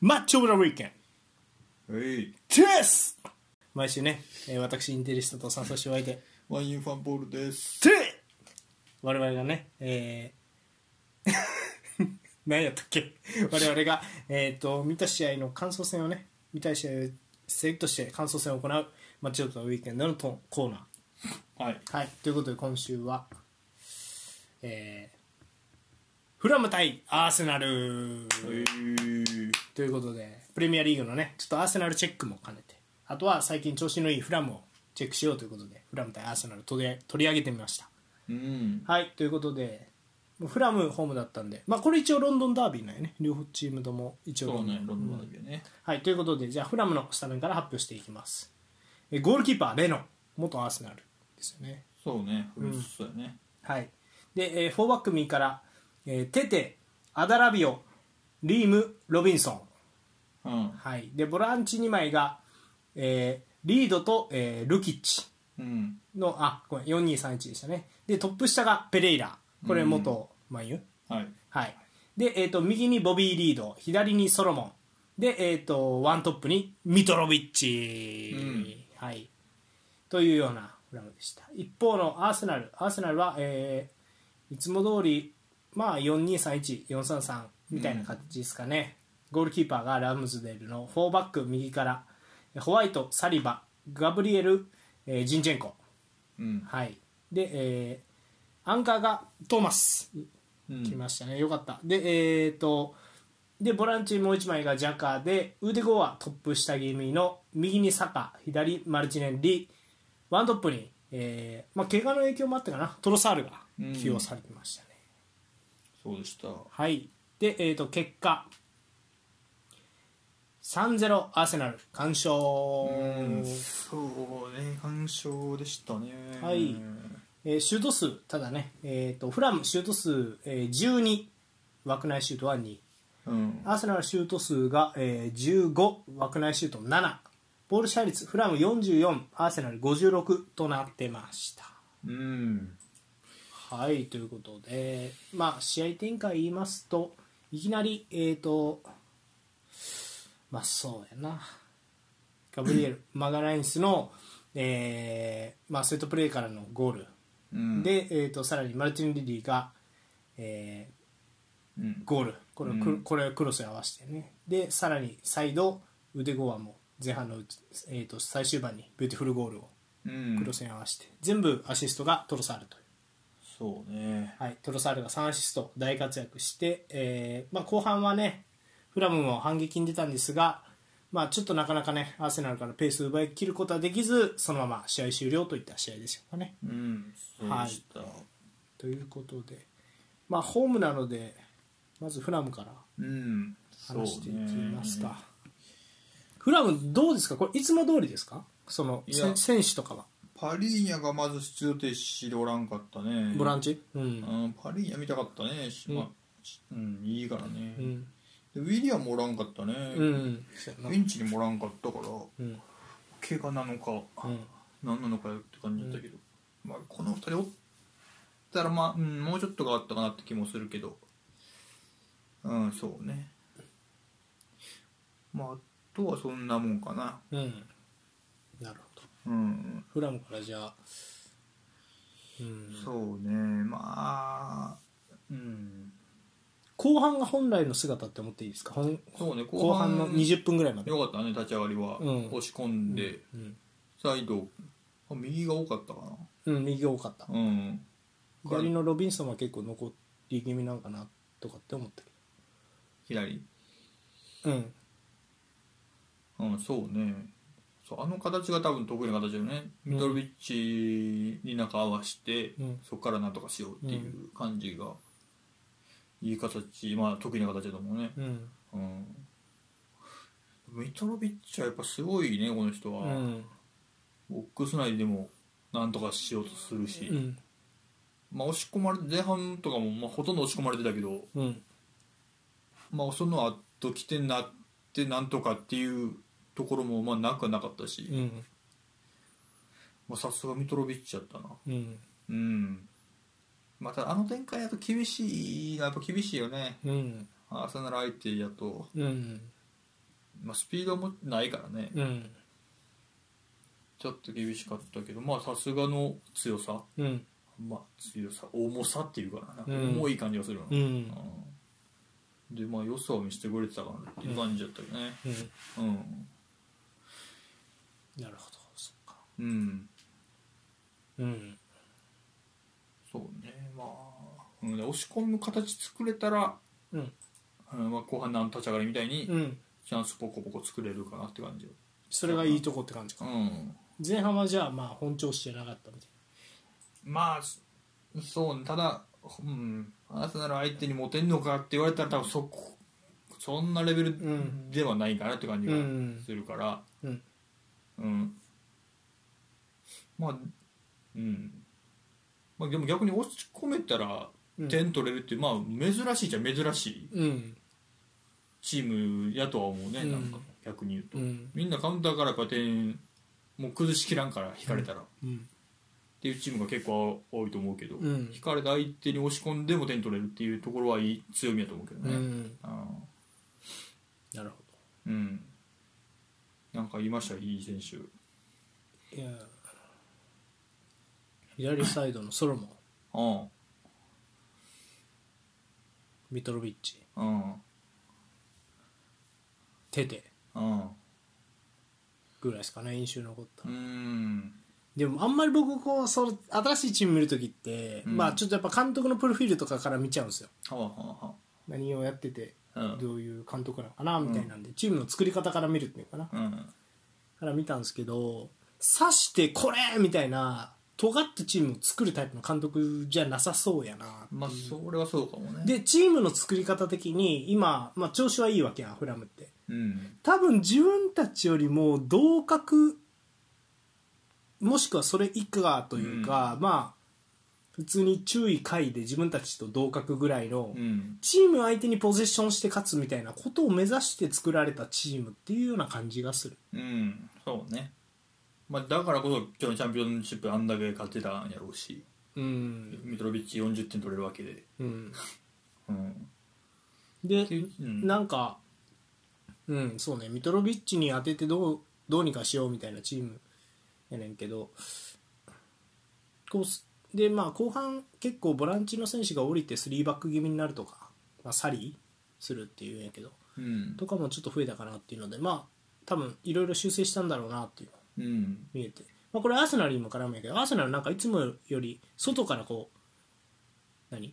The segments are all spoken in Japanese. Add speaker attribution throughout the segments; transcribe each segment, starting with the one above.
Speaker 1: マッチオブザウィーケン
Speaker 2: はい
Speaker 1: です毎週ね、えー私インテリストと参照してお相手
Speaker 2: ワインファンボールです
Speaker 1: て我々がねえー 何やったっけ我々が、えー、と見た試合の感想戦をね見たい試合をセットして感想戦を行うマッチオブザウィーケンドのトーコーナー
Speaker 2: はい
Speaker 1: はい、ということで今週は、えーフラム対アーセナルということでプレミアリーグのねちょっとアーセナルチェックも兼ねてあとは最近調子のいいフラムをチェックしようということでフラム対アーセナル取り取り上げてみました
Speaker 2: うん
Speaker 1: はいということでもうフラムホームだったんで、まあ、これ一応ロンドンダービーなんやね両方チームとも一応
Speaker 2: そうねロ
Speaker 1: ダービー
Speaker 2: ンドンダービーね
Speaker 1: はい、ということでじゃあフラムのスタメンから発表していきますえゴールキーパーレノン元アーセナルですよね
Speaker 2: そうねフルスだね
Speaker 1: はい、で、えー、4バック右から、えーテテ、アダラビオ、リーム、ロビンソン、
Speaker 2: うん
Speaker 1: はい、でボランチ2枚が、えーリードと、えールキッチ
Speaker 2: うん
Speaker 1: のあごめん4231でしたねでトップ下がペレイラこれ元マンユ、
Speaker 2: はい
Speaker 1: はいでえー、と右にボビー・リード左にソロモンで、えー、とワントップにミトロビッチ、
Speaker 2: うん
Speaker 1: はい、というようなフラムでした一方のアーセナルアーセナルは、えーいつも通りまあ4231-433みたいな形ですかね、ゴールキーパーがラムズデルの4バック右からホワイトサリバガブリエル、えージンチェンコ
Speaker 2: うん
Speaker 1: はいで、えーアンカーがトーマス
Speaker 2: うん
Speaker 1: 来ましたね、よかったでえっ、とでボランチもう1枚がジャカーでウーデゴはトップ下気味の右にサカ左マルチネンリワントップに、えーまあ、怪我の影響もあったかなトロサールが起用されてましたね、
Speaker 2: そうでしたう
Speaker 1: はいで、えー、と結果3-0アーセナル完勝、
Speaker 2: んそうね完勝でしたね
Speaker 1: はいえーシュート数ただね、えー、とフラムシュート数、えー12枠内シュートは2
Speaker 2: うん
Speaker 1: アーセナルシュート数が、えー15枠内シュート7ボール支配率フラム44アーセナル56となってました
Speaker 2: うん
Speaker 1: はいということで、まあ、試合展開言いますといきなりえっ、とまあそうやなガブリエル・マガラインスの、えーまあ、セットプレーからのゴール、
Speaker 2: うん
Speaker 1: で、えー、とさらにマルティン・リリーが、えー、
Speaker 2: うん
Speaker 1: ゴールこれ,、
Speaker 2: うん
Speaker 1: これクロスに合わせてねでさらに再度腕ゴアも前半のうち、えー、と最終盤にビューティフルゴールを
Speaker 2: うん
Speaker 1: クロスに合わせて、全部アシストがトロサールという、
Speaker 2: そうね
Speaker 1: はい、トロサールが3アシスト大活躍して、えーまあ、後半はねフラムも反撃に出たんですが、まあ、ちょっとなかなかねアーセナルからペースを奪い切ることはできずそのまま試合終了といった試合でしょうかね。
Speaker 2: うんそうでした
Speaker 1: ということで、まあ、ホームなのでまずフラムから
Speaker 2: うんそう
Speaker 1: 話していき
Speaker 2: ね
Speaker 1: ますか、フラムどうですかこれいつも通りですかその
Speaker 2: いや
Speaker 1: せ選手とかは
Speaker 2: パリーニャがまず出場停止しておらんかったね
Speaker 1: ボランチうん、
Speaker 2: うんパリーニャ見たかったねしまあうんいいからね
Speaker 1: う、ん
Speaker 2: でウィリアムおらんかったね、
Speaker 1: うんそうやな
Speaker 2: ベンチにもおらんかったから
Speaker 1: うん
Speaker 2: 怪我なのか、
Speaker 1: うん
Speaker 2: 何なのかよって感じだったけど、まあ、この2人おったらまあ、うん、もうちょっとがあったかなって気もするけどうんそうねまああとはそんなもんかな
Speaker 1: うんなるほど
Speaker 2: うん
Speaker 1: フラムからじゃあうん
Speaker 2: そうねまあうん
Speaker 1: 後半が本来の姿って思っていいですかほん
Speaker 2: そうね後
Speaker 1: 後
Speaker 2: 半
Speaker 1: 半の20分ぐらいまで
Speaker 2: よかったね立ち上がりは、
Speaker 1: うん
Speaker 2: 押し込んで、
Speaker 1: うん、
Speaker 2: サイドあ右が多かったか
Speaker 1: うん、右が多かった
Speaker 2: なうん
Speaker 1: 左のロビンソンは結構残り気味なんかなとかって思ったけ
Speaker 2: 左
Speaker 1: どうん
Speaker 2: うんそうねそうあの形が多分得意な形だよね
Speaker 1: うん
Speaker 2: ミドルビッチに中合わせて、
Speaker 1: うん
Speaker 2: そこからなんとかしようっていう感じが、いい形まあ得意な形だと思うね
Speaker 1: うん
Speaker 2: うんミトロビッチはやっぱすごいねこの人
Speaker 1: う
Speaker 2: は、
Speaker 1: ん
Speaker 2: ボックス内でもなんとかしようとするし、
Speaker 1: うん
Speaker 2: まあ押し込まれて前半とかも、まあ、ほとんど押し込まれてたけど
Speaker 1: うん
Speaker 2: まあその後起点になってなんとかっていうところもまあなくはなかったし、
Speaker 1: うん
Speaker 2: まあさすがミトロビッチやったな
Speaker 1: うん
Speaker 2: うんまたあの展開だと厳しいなやっぱ厳しいよね
Speaker 1: うん
Speaker 2: アーセナル相手やと
Speaker 1: うん
Speaker 2: まあ、スピードもないからね、
Speaker 1: うん
Speaker 2: ちょっと厳しかったけどまあさすがの強さ
Speaker 1: うん
Speaker 2: まあ強さ重さっていうかななんか
Speaker 1: うん
Speaker 2: 重い感じがするの、
Speaker 1: うんうん
Speaker 2: うんでまあ良さを見せてくれてたかなっていう感じだったよねうん
Speaker 1: なるほどそっか
Speaker 2: うん
Speaker 1: うん
Speaker 2: そうねまあ、うん、で押し込む形作れたら、
Speaker 1: うん
Speaker 2: うんまあ、後半のあの立ち上がりみたいに
Speaker 1: うん
Speaker 2: チャンスポコポコ作れるかなって感じ
Speaker 1: それがいいとこって感じ
Speaker 2: う
Speaker 1: か
Speaker 2: ん
Speaker 1: 前半はじゃあまあ本調子じゃなかったみたい
Speaker 2: まあそそうねただうんアーセナル相手にモテんのかって言われたら多分そこそんなレベル
Speaker 1: ん
Speaker 2: ではないかなって感じ
Speaker 1: な
Speaker 2: が
Speaker 1: うん
Speaker 2: するから
Speaker 1: うん
Speaker 2: うんまあうんまあでも逆に落ち込めたら
Speaker 1: うん
Speaker 2: 点取れるっていうまあ珍しいじゃ珍しい
Speaker 1: うん
Speaker 2: チームやとは思うね
Speaker 1: うん
Speaker 2: なんか逆に言うと
Speaker 1: うん
Speaker 2: みんなカウンターからやっぱ点もう崩しきらんから引かれたらっ
Speaker 1: うん
Speaker 2: ていうチームが結構多いと思うけど
Speaker 1: うん
Speaker 2: 引かれた相手に押し込んでも点取れるっていうところはいい強みだと思うけど
Speaker 1: う
Speaker 2: ね、
Speaker 1: ん
Speaker 2: あ
Speaker 1: なるほ
Speaker 2: ーうんなんか言いましたいい選手
Speaker 1: どいや左サイドのソロモン
Speaker 2: あ
Speaker 1: ミトロビッチ
Speaker 2: あうん
Speaker 1: テテ
Speaker 2: うん
Speaker 1: ぐらいですかね印象に残った
Speaker 2: うん
Speaker 1: でもあんまり僕こうその新しいチーム見るときって、
Speaker 2: うん
Speaker 1: まあちょっとやっぱ監督のプロフィールとかから見ちゃうんですよ
Speaker 2: はあは
Speaker 1: 何をやってて
Speaker 2: あはあうん
Speaker 1: どういう監督なのかなみたいなんで、チームの作り方から見るっていうのかな
Speaker 2: うん
Speaker 1: から見たんですけど刺してこれみたいな尖ったチームを作るタイプの監督じゃなさそうやな
Speaker 2: まあそれはそうかもね
Speaker 1: でチームの作り方的に今、まあ、調子はいいわけやんフラムって
Speaker 2: うん
Speaker 1: 多分自分たちよりも同格もしくはそれ以下というか、まあ普通に注意回で自分たちと同格ぐらいの、
Speaker 2: うん
Speaker 1: チーム相手にポゼッションして勝つみたいなことを目指して作られたチームっていうような感じがする
Speaker 2: うんそうねまあだからこそ今日のチャンピオンシップあんだけ勝てたんやろうし
Speaker 1: うん、
Speaker 2: ミトロビッチ40点取れるわけで
Speaker 1: うん、
Speaker 2: うん
Speaker 1: で
Speaker 2: うん
Speaker 1: なんかうんそうねミトロビッチに当ててどうどうにかしようみたいなチームやねんけどこうすでまあ後半結構ボランチの選手が降りて3バック気味になるとか、まあ、サリーするっていうんやけど
Speaker 2: うん
Speaker 1: とかもちょっと増えたかなっていうのでまあ多分いろいろ修正したんだろうなっていう
Speaker 2: うん
Speaker 1: 見えて、まあ、これアーセナルにも絡むんやけどアーセナルなんかいつもより外からこう何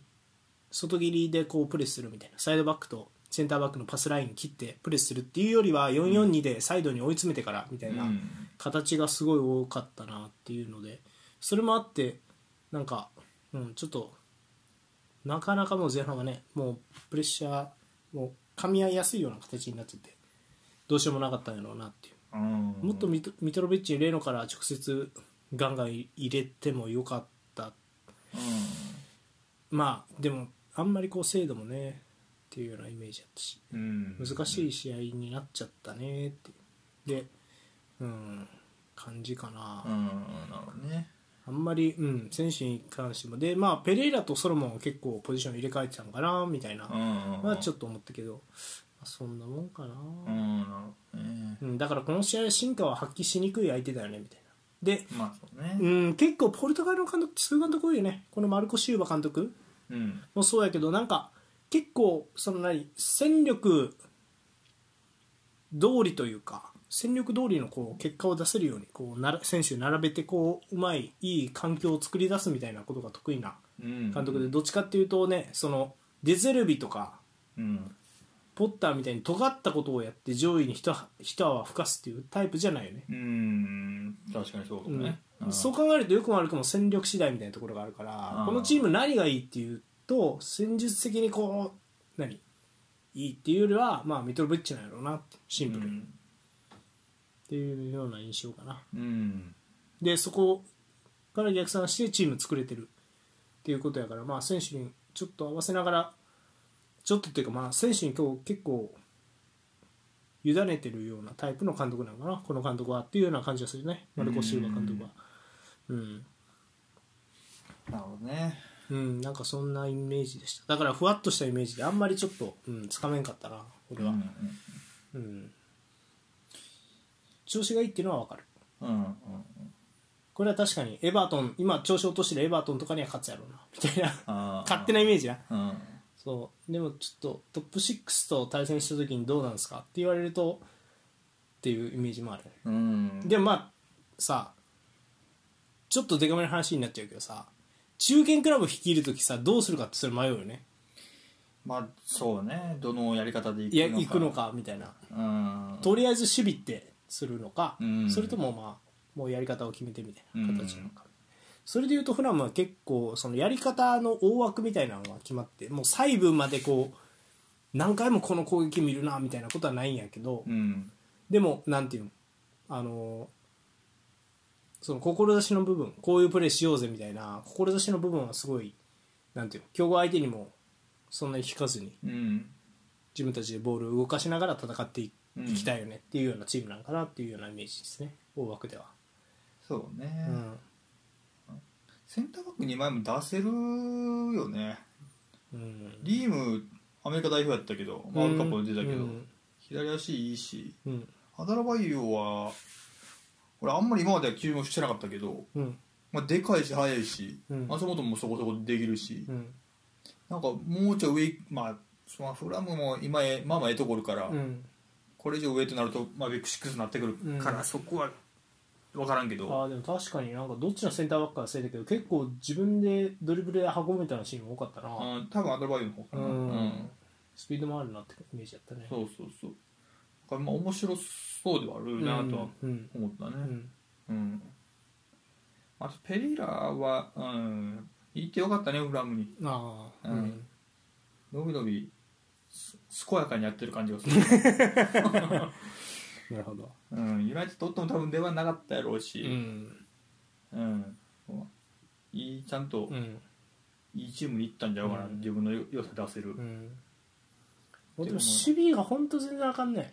Speaker 1: 外切りでこうプレスするみたいなサイドバックとセンターバックのパスライン切ってプレスするっていうよりは442でサイドに追い詰めてからみた
Speaker 2: う
Speaker 1: いなん形がすごい多かったなっていうのでそれもあってなんか、うん、ちょっとなかなかもう前半はねもうプレッシャーもう噛み合いやすいような形になっててどうしようもなかったんやろうなっていうもっとミトミトロビッチにレノから直接ガンガン入れてもよかったまあでもあんまりこう精度もねっていうようなイメージだったし
Speaker 2: うん
Speaker 1: 難しい試合になっちゃったねっていうでうん感じか
Speaker 2: うん
Speaker 1: な、
Speaker 2: なるほどね
Speaker 1: あんまり、うん、選手に関してもでまあペレイラとソロモンは結構ポジション入れ替えてたのかなみたいな
Speaker 2: うん
Speaker 1: まあちょ
Speaker 2: っ
Speaker 1: っと思ったけど、まあそんなもんかな、
Speaker 2: とうんなるほどね
Speaker 1: うん、だからこの試合は進化は発揮しにくい相手だよねみたいなで
Speaker 2: まあそうね
Speaker 1: うん、結構ポルトガルの監督ってそういう監督多いよねこのマルコ・シューバ監督
Speaker 2: うん
Speaker 1: もそうやけどなんか結構その何戦力通りというか戦力通りのこう結果を出せるようにこうなら選手並べてこううまいいい環境を作り出すみたいなことが得意な
Speaker 2: うん
Speaker 1: 監督でどっちかっていうとねそのデゼルビとか
Speaker 2: うん
Speaker 1: ポッターみたいに尖ったことをやって上位に一泡一泡吹かすっていうタイプじゃないよね。
Speaker 2: うん確かにそうかもね
Speaker 1: うんそう考えるとよくも悪くも戦力次第みたいなところがあるから
Speaker 2: うん
Speaker 1: このチーム何がいいっていうと戦術的にこう何いいっていうよりは、まあ、ミトロブッチなんやろうなってシ
Speaker 2: う
Speaker 1: ンプルに、っ
Speaker 2: ん
Speaker 1: ていうような印象かな
Speaker 2: うん
Speaker 1: でそこから逆算してチーム作れてるっていうことやから、まあ、選手にちょっと合わせながらちょっとっていうか、まあ、選手に今日結構委ねてるようなタイプの監督なのかなこの監督はっていうような感じがするねマルコ・シルバ監督は。うん
Speaker 2: なるほどね
Speaker 1: うん、なんかそんなイメージでしただからふわっとしたイメージであんまりちょっと、うん、つかめんかったな俺は、
Speaker 2: う
Speaker 1: うんん
Speaker 2: うん
Speaker 1: 調子がいいっていうのは分かる
Speaker 2: うんうんうん
Speaker 1: これは確かにエバートン今調子落としてるエバートンとかには勝つやろうなみたいな
Speaker 2: あー
Speaker 1: 勝手なイメージな
Speaker 2: うん
Speaker 1: そうでもちょっとトップ6と対戦した時にどうなんですかって言われるとっていうイメージもある
Speaker 2: うん
Speaker 1: でもまあさちょっとデカめの話になっちゃうけどさ中堅クラブ率いる時さどうするかってそれ迷うよね
Speaker 2: まあそうねどのやり方で
Speaker 1: いや行
Speaker 2: い
Speaker 1: くのかみたいな
Speaker 2: うん
Speaker 1: とりあえず守備ってするのか、
Speaker 2: うん
Speaker 1: それともまあもうやり方を決めてみたいな形なのか、それでいうとフラムは結構そのやり方の大枠みたいなのは決まってもう細部までこう何回もこの攻撃見るなみたいなことはないんやけど、
Speaker 2: うん
Speaker 1: でもなんていうのあのその志の部分こういうプレーしようぜみたいな志の部分はすごいなんていうの強豪相手にもそんなに引かずに
Speaker 2: うん
Speaker 1: 自分たちでボールを動かしながら戦ってい
Speaker 2: うん
Speaker 1: いきたいよねっていうようなチームなんかなっていうようなイメージですね大枠では、
Speaker 2: そうね、
Speaker 1: うん
Speaker 2: センターバック2枚も出せるよね
Speaker 1: うん、
Speaker 2: リームアメリカ代表やったけどワールドカップも出たけど、
Speaker 1: うん
Speaker 2: 左足いいし
Speaker 1: うん
Speaker 2: アダラバイユは俺あんまり今までは注目してなかったけど、
Speaker 1: うん
Speaker 2: まあ、でかいし速いし、
Speaker 1: うん
Speaker 2: 足元もそこそこできるし、
Speaker 1: うん
Speaker 2: なんかもうちょい上まあそのフラムも今えまあまあええとこおるから、
Speaker 1: うんこ
Speaker 2: これ以上上となると、まあ、ビッグシックスになってくるから、
Speaker 1: うん
Speaker 2: そこは分からんけど
Speaker 1: あーでも確かになんかどっちのセンターバックか忘れたけど結構自分でドリブルで運べたのシーンも多かったな、
Speaker 2: うん多分アダラバイユの方かな、
Speaker 1: うん
Speaker 2: うん
Speaker 1: スピードもあるなってイメージだったね
Speaker 2: そうそうそうだからまあ面白そうではあるなとは
Speaker 1: うん
Speaker 2: 思った
Speaker 1: う
Speaker 2: ね
Speaker 1: ん
Speaker 2: うん、あとペリラはうん行ってよかったねフラムに
Speaker 1: ああ、
Speaker 2: うん
Speaker 1: うん
Speaker 2: のびのびす健やかにやってる感じがす る、
Speaker 1: なるほど、
Speaker 2: うん、ユナイテッドとっても多分出番なかったやろう
Speaker 1: う
Speaker 2: し、
Speaker 1: ん
Speaker 2: うんいいちゃんと
Speaker 1: うん
Speaker 2: いいチームに行ったんじゃうかな、
Speaker 1: うん
Speaker 2: 自分のよ良さ出せる、
Speaker 1: うん、俺でも守備が本当全然あかんね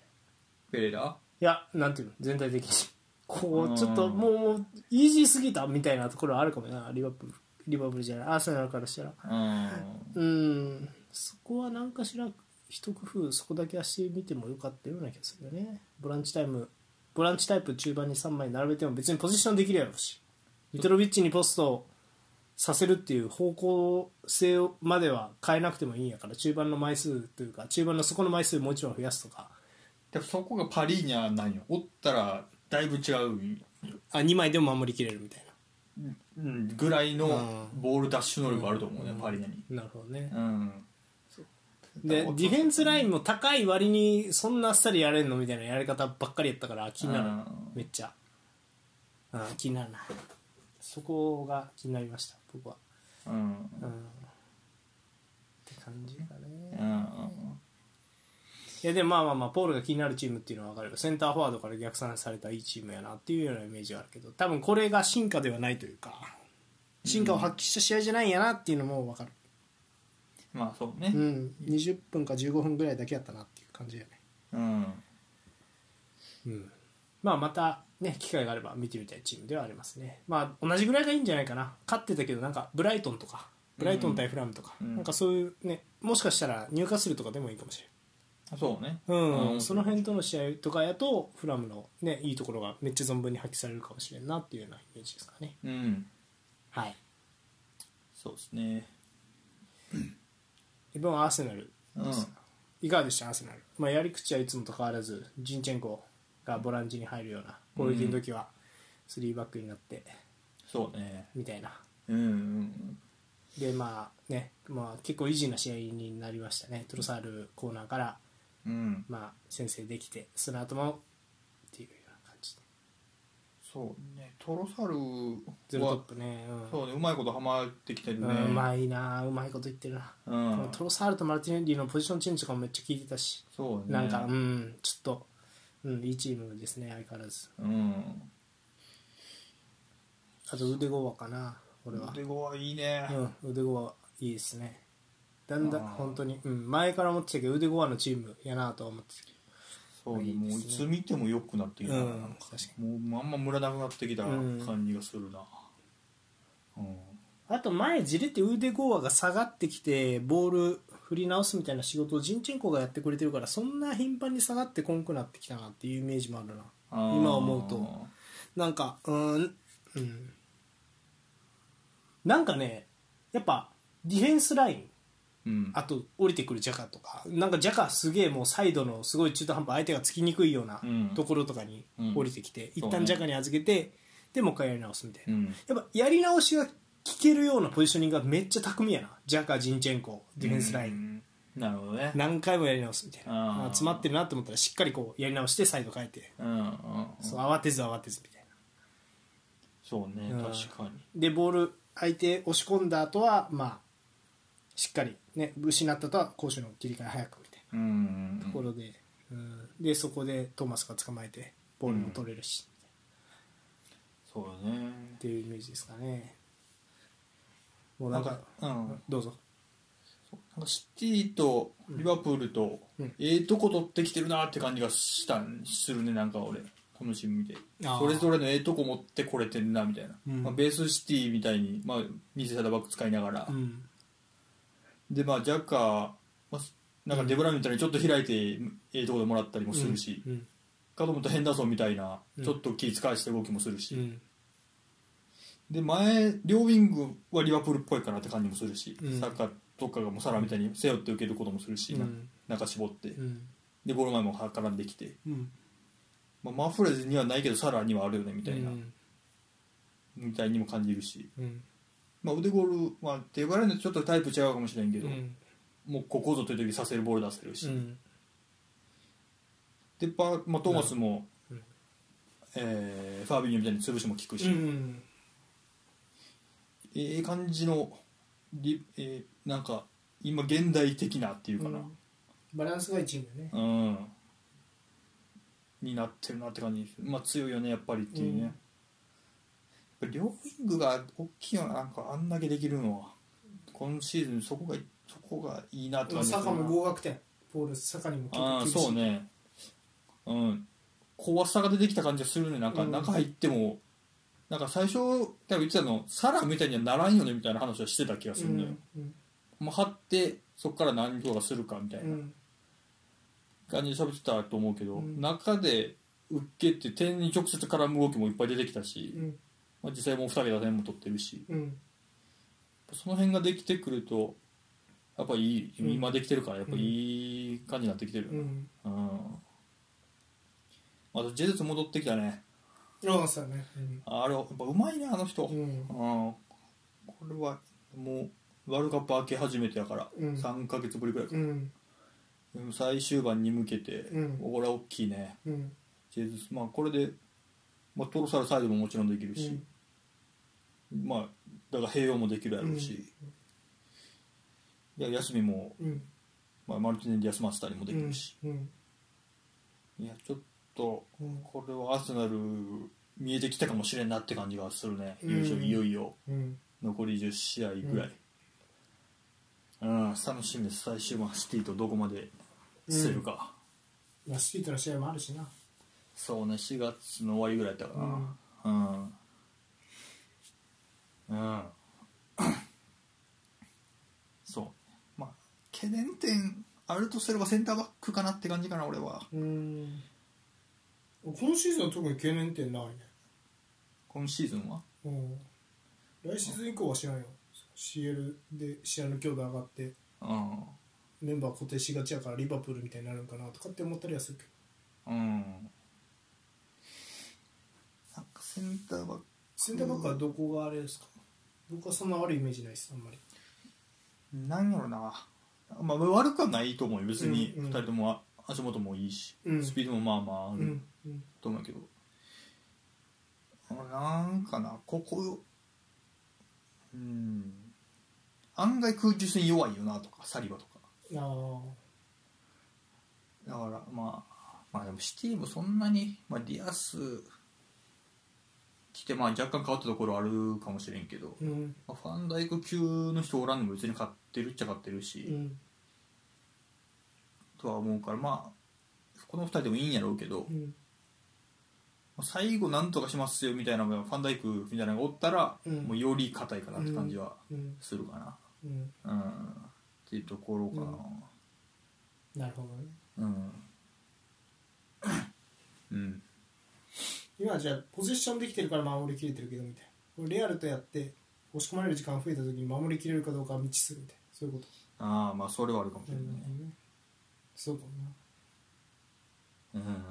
Speaker 2: ペレラ
Speaker 1: いやなんていうの全体的に こ
Speaker 2: うん
Speaker 1: うちょっともうもうイージーすぎたみたいなところはあるかもなリバプールリバプールじゃないアーセナルからしたら
Speaker 2: うん
Speaker 1: うんそこは何かしら一工夫そこだけはしてみてもよかったような気がするよねボランチタイムボランチタイプ中盤に3枚並べても別にポジションできるやろうしミトロビッチにポストをさせるっていう方向性までは変えなくてもいいんやから中盤の枚数というか中盤のそこの枚数もうちろん増やすとか
Speaker 2: でもそこがパリーニャなんよおったらだいぶ違う
Speaker 1: あ2枚でも守りきれるみたい
Speaker 2: うんぐらいのボールダッシュ能力あると思うね、
Speaker 1: うん
Speaker 2: パリーニャに
Speaker 1: ななるほどね
Speaker 2: うん
Speaker 1: でディフェンスラインも高い割にそんなあっさりやれんのみたいなやり方ばっかりやったから気になる
Speaker 2: うん
Speaker 1: めっちゃ、うん、気になるなそこが気になりました僕は、
Speaker 2: う
Speaker 1: う
Speaker 2: ん
Speaker 1: ん、って感じだ
Speaker 2: うん
Speaker 1: ねいやでもまあまあまあポールが気になるチームっていうのは分かるよセンターフォワードから逆算されたいいチームやなっていうようなイメージはあるけど多分これが進化ではないというか進化を発揮した試合じゃないんやなっていうのも分かる、
Speaker 2: まあそうね
Speaker 1: うん、20分か15分ぐらいだけやったなっていう感じだよね
Speaker 2: うん
Speaker 1: うんまあ、また、ね、機会があれば見てみたいチームではありますね、まあ、同じぐらいがいいんじゃないかな勝ってたけどなんかブライトンとかブライトン対フラムとか、
Speaker 2: うん
Speaker 1: なんかそういう、ね、もしかしたら入荷するとかでもいいかもし
Speaker 2: そうね
Speaker 1: れない、うん
Speaker 2: うん
Speaker 1: その辺との試合とかやとフラムの、ね、いいところがめっちゃ存分に発揮されるかもしれんなっていうようなイメージですかね。
Speaker 2: うん
Speaker 1: はい、
Speaker 2: そうですね
Speaker 1: 一分アーセナル
Speaker 2: うん
Speaker 1: いかがでしたアーセナル、まあ、やり口はいつもと変わらずジンチェンコがボランチに入るような攻撃の時は3バックになって
Speaker 2: そうね
Speaker 1: みたいな
Speaker 2: うんうん
Speaker 1: でまあね、まあ、結構イージーな試合になりましたねトロサールコーナーから、
Speaker 2: うん
Speaker 1: まあ、先制できてその後もっていうような感じで
Speaker 2: そうねトロサル
Speaker 1: ゼロトッ
Speaker 2: は
Speaker 1: プね、
Speaker 2: そうねうまいことハマってきてる
Speaker 1: うん
Speaker 2: ね
Speaker 1: うんうまいなうまいこと言ってるな、
Speaker 2: う
Speaker 1: この
Speaker 2: ん
Speaker 1: トロサールとマルティネリのポジションチェンジとかもめっちゃ効いてたし、
Speaker 2: そうね
Speaker 1: なんかうんちょっと、うん、いいチームですね相変わらず
Speaker 2: うん
Speaker 1: あと腕ゴーかな俺は
Speaker 2: 腕ごはいいね
Speaker 1: うん、腕ゴはいいですねだんだん
Speaker 2: あー
Speaker 1: 本当に、うん、前から思ってたけど腕ゴアのチームやなとは思ってた
Speaker 2: そうね
Speaker 1: いいです
Speaker 2: もう
Speaker 1: ね
Speaker 2: いつ見ても良くなってきたな
Speaker 1: うん
Speaker 2: なんか
Speaker 1: 確か
Speaker 2: もうあんまムラなくなってきた感じがするなうん
Speaker 1: あと前じれってウーデゴーアが下がってきてボール振り直すみたいな仕事をジンチェンコがやってくれてるからそんな頻繁に下がってこんくなってきたなっていうイメージもあるな今思うとなんかうーん、うん、なんかねやっぱディフェンスライン
Speaker 2: うん
Speaker 1: あと降りてくるジャカとかなんかジャカすげえもうサイドのすごい中途半端相手がつきにくいような
Speaker 2: うん
Speaker 1: ところとかに
Speaker 2: うん
Speaker 1: 降りてきて、
Speaker 2: そうね
Speaker 1: 一旦ジャカに預けてでもう一回やり直すみたいな、
Speaker 2: うん
Speaker 1: やっぱやり直しが効けるようなポジショニングがめっちゃ巧みやなジャカジンチェンコディフェンスライン、
Speaker 2: ンなるほどね
Speaker 1: 何回もやり直すみたい
Speaker 2: あー
Speaker 1: なあ詰まってるなと思ったらしっかりこうやり直してサイド変えて、
Speaker 2: うんうんうん
Speaker 1: そう慌てず慌てずみたいな
Speaker 2: そうね
Speaker 1: うん
Speaker 2: 確かに
Speaker 1: でボール相手押し込んだ後はまあしっかりね失ったとは攻守の切り替え早くみたいな
Speaker 2: うんうんう
Speaker 1: と
Speaker 2: ん
Speaker 1: ころで、うん、でそこでトーマスが捕まえてボールも取れるし、
Speaker 2: そうだね
Speaker 1: っていうイメージですかねもうなんか
Speaker 2: うん
Speaker 1: どうぞ
Speaker 2: なんかシティとリバプールと
Speaker 1: うん
Speaker 2: ええとこ取ってきてるなって感じがしたんするねなんか俺このチーム見て
Speaker 1: あー
Speaker 2: それぞれのええとこ持ってこれてるなみたいな、
Speaker 1: うん
Speaker 2: まあ、ベースシティみたいに、まあ、偽サイドバック使いながら、
Speaker 1: うん
Speaker 2: でまあジャッカー、まあ、なんかデブライネみたいにちょっと開いてええとこでもらったりもするし、
Speaker 1: うん
Speaker 2: かと思ったらヘンダーソンみたいな
Speaker 1: うん
Speaker 2: ちょっと気遣いした動きもするし、
Speaker 1: うん
Speaker 2: で前両ウィングはリバプールっぽいかなって感じもするし、
Speaker 1: うん
Speaker 2: サッカーとかがもうサラみたいに背負って受けることもするし、
Speaker 1: うん
Speaker 2: なん中絞って、
Speaker 1: うん
Speaker 2: でゴール前も絡んできて、
Speaker 1: うん
Speaker 2: まあ、マフレーズにはないけどサラにはあるよねみたいな、
Speaker 1: うん
Speaker 2: みたいにも感じるし、
Speaker 1: うん
Speaker 2: まあ、腕ゴール、まあ、デブライネとちょっとタイプ違うかもしれんけ
Speaker 1: う
Speaker 2: ど、
Speaker 1: ん
Speaker 2: もうここぞという時させるボール出せるし、
Speaker 1: うん
Speaker 2: でパーまあ、トーマスも、
Speaker 1: うん
Speaker 2: えーファービニョみたいに潰しも効くし、
Speaker 1: うん
Speaker 2: ええ感じのリ、えーなんか今現代的なっていうかな
Speaker 1: バランスがいいチームだね
Speaker 2: うん、になってるなって感じですまあ強いよねやっぱりっていうね、
Speaker 1: うん
Speaker 2: やっぱ両ウィングが大きいよななんかあんだけできるのは今シーズンそこがそこがいいなって感じするな
Speaker 1: 学点ポール坂にも
Speaker 2: ああそうねうん怖さが出てきた感じがするねなんか
Speaker 1: うん
Speaker 2: 中入っても、なんか最初多分言ってたのサラみたいにはならんよねみたいな話はしてた気がするのよ、
Speaker 1: うん
Speaker 2: もう張ってそこから何とかするかみたいな感じで喋ってたと思うけど、
Speaker 1: うん
Speaker 2: 中で受けて点に直接絡む動きもいっぱい出てきたし、
Speaker 1: ん
Speaker 2: まあ、実際もう2桁点も取ってるし
Speaker 1: うん
Speaker 2: その辺ができてくるとやっぱいい
Speaker 1: うん
Speaker 2: 今できてるからやっぱいい感じになってきてるよね、
Speaker 1: ん
Speaker 2: うんあとジェズス戻ってきたね
Speaker 1: ローさんね
Speaker 2: あれやっぱうまいねあの人、うん
Speaker 1: ん
Speaker 2: これはもうワールドカップ明け始めてやから、
Speaker 1: うん
Speaker 2: 3ヶ月ぶりくらいか、
Speaker 1: ん
Speaker 2: でも最終盤に向けて、
Speaker 1: うん
Speaker 2: これは大きいね
Speaker 1: うん
Speaker 2: ジェズスまあこれで、まあ、トロサルサイドももちろんできるし、まあだから併用もできるやろうし、いや休みも、
Speaker 1: うん
Speaker 2: まあ、マルティネで休ませたりもできるし、
Speaker 1: うん
Speaker 2: いやちょっと
Speaker 1: うん
Speaker 2: これはアーセナル見えてきたかもしれんなって感じがするね、
Speaker 1: うん
Speaker 2: 優勝いよいよ
Speaker 1: うん
Speaker 2: 残り10試合ぐらい、うん楽しみです最終盤シティとどこまで捨てるか、
Speaker 1: まあ、スピートの試合もあるしな、
Speaker 2: そうね4月の終わりぐらいだったかなうん、うん そうまあ懸念点あるとすればセンターバックかなって感じかな俺は
Speaker 1: うん、今シーズンは特に懸念点ないね、
Speaker 2: 今シーズンは
Speaker 1: うん、来シーズン以降は知らんよ CL で試合の強度上がって
Speaker 2: うん
Speaker 1: メンバー固定しがちやからリバプールみたいになるんかなとかって思ったりはするけど
Speaker 2: うんなんかセンターバック
Speaker 1: センターバックはどこがあれですか僕はそんな悪いイメージないですあんまり
Speaker 2: なんやろな、まあ、悪くはないと思うよ別に
Speaker 1: うんうん
Speaker 2: 2人ともあ足元もいいし、
Speaker 1: うん
Speaker 2: スピードもまあまああ
Speaker 1: う
Speaker 2: る
Speaker 1: んうん
Speaker 2: と思うけど、なんかなここうん案外空中戦弱いよなとかサリバとか
Speaker 1: ああ
Speaker 2: だからまあまあでもシティもそんなに、まあ、ディアス来てまあ若干変わったところあるかもしれんけど、
Speaker 1: うん
Speaker 2: まあファンダイク級の人おらんのも別に勝ってるっちゃ勝ってるし、
Speaker 1: うん
Speaker 2: とは思うからまあこの2人でもいいんやろうけど、
Speaker 1: うん
Speaker 2: まあ最後なんとかしますよみたいなのがファンダイクみたいなのがおったら、
Speaker 1: うん
Speaker 2: もうより硬いかなって感じは
Speaker 1: うん
Speaker 2: するか
Speaker 1: うん
Speaker 2: な、うんっていうところか
Speaker 1: なるほどね
Speaker 2: なうん、うん
Speaker 1: 今じゃあポジションできてるから守りきれてるけどみたいなこれレアルとやって押し込まれる時間増えた時に守りきれるかどうかは未知数みたいなそういうこと
Speaker 2: ああまあそれはあるかもしれないね
Speaker 1: そうかもな
Speaker 2: うん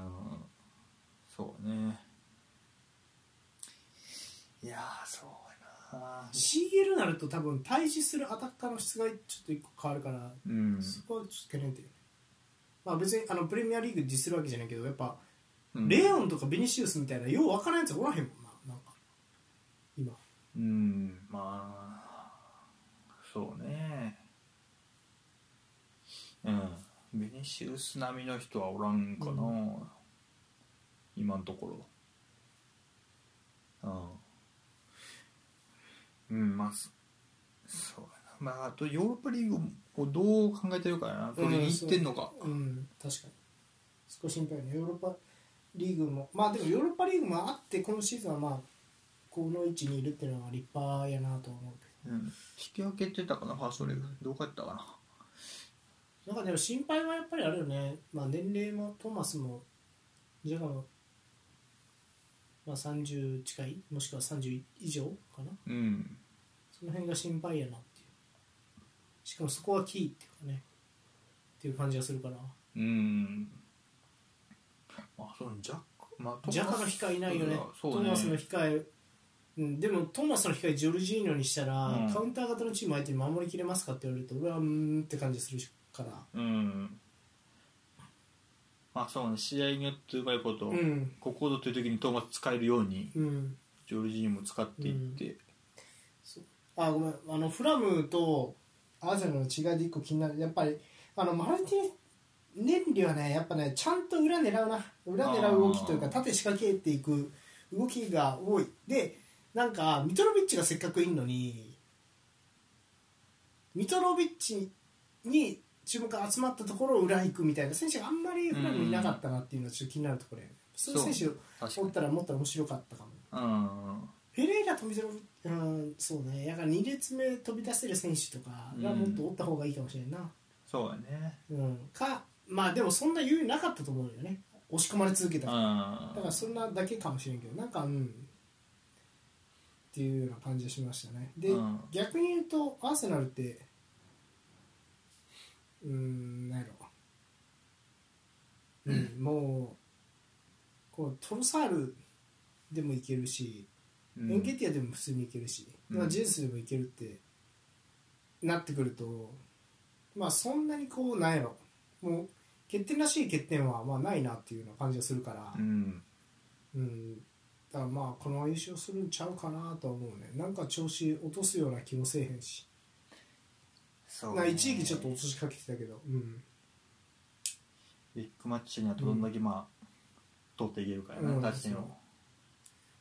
Speaker 2: そうねいやーそうやな
Speaker 1: CL になると多分対峙するアタッカーの質がちょっと一個変わるから、
Speaker 2: うん
Speaker 1: そこはちょっと懸念点まあ別にあのプレミアリーグディスるわけじゃないけどやっぱ、
Speaker 2: うん
Speaker 1: レオンとかベニシウスみたいなようわからんやつおらへんもんななんか今
Speaker 2: うんまあそうねうんベニシウス並みの人はおらんかな、
Speaker 1: う
Speaker 2: 今のところうんうんまあそそうやなまああとヨーロッパリーグをどう考えてるかやなそれに行ってんのか
Speaker 1: うん確かに少し心配ねヨーロッパリーグもまあでもヨーロッパリーグもあって今シーズンはまあこの位置にいるっていうのは立派やなと思うけど
Speaker 2: うん引き分けてたかなファーストレグどうかやったかな
Speaker 1: なんかでも心配はやっぱりあるよね、まあ、年齢もトーマスもジャガも、まあ、30近いもしくは30以上かな
Speaker 2: うん
Speaker 1: その辺が心配やなっていうしかもそこはキーっていうかねっていう感じがするから
Speaker 2: うんまあそのジャック、まあ、トーマス
Speaker 1: ジャカの控えいないよね
Speaker 2: そうね
Speaker 1: トーマスの控えうん、でもトーマスの控えジョルジーノにしたら、
Speaker 2: うん
Speaker 1: カウンター型のチーム相手に守りきれますかって言われると俺はうーんって感じするから
Speaker 2: うんまあそうね試合によってうまいこと、
Speaker 1: うん
Speaker 2: ここぞという時にトーマス使えるように
Speaker 1: うん
Speaker 2: ジョルジーニも使っていって、
Speaker 1: あごめんあのフラムとアーセナルの違いで一個気になるやっぱりあのマルティネンリはねやっぱねちゃんと裏狙うな裏狙う動きというか
Speaker 2: あー
Speaker 1: 縦仕掛けていく動きが多いでなんかミトロビッチがせっかくいるのにミトロビッチに注目が集まったところを裏行くみたいな選手があんまりフラムいなかったなっていうのはちょっと気になるところやねそういう選
Speaker 2: 確
Speaker 1: 手
Speaker 2: か
Speaker 1: お
Speaker 2: に
Speaker 1: ったらもっと面白かったかも
Speaker 2: うん
Speaker 1: フェレイラ飛び出るうんそうねやから2列目飛び出せる選手とかがもっとおった方がいいかもしれんな、
Speaker 2: そうやね
Speaker 1: うんかまあでもそんな余裕なかったと思うよね押し込まれ続けた
Speaker 2: う
Speaker 1: から、
Speaker 2: ん
Speaker 1: だからそんなだけかもしれんけどなんかうんっていうような感じがしましたねで、
Speaker 2: うん
Speaker 1: 逆に言うとアーセナルってうーんなんやろうん、もうこうトロサールでもいけるし
Speaker 2: うん
Speaker 1: エンゲティアでも普通にいけるし、
Speaker 2: うん
Speaker 1: まあ、ジェスでもいけるってなってくるとまあそんなにこうなんやろもう欠点らしい欠点はまあないなっていうような感じがするから
Speaker 2: う、ん
Speaker 1: うんだからまあこのまま優勝するんちゃうかなとは思うねなんか調子落とすような気もせえへんし、
Speaker 2: そう
Speaker 1: なん
Speaker 2: ね
Speaker 1: か一時期ちょっと落としかけてたけど、うん
Speaker 2: ビッグマッチにはどんだけまあ、取っていけるからね、
Speaker 1: うん
Speaker 2: タッチ
Speaker 1: そう
Speaker 2: の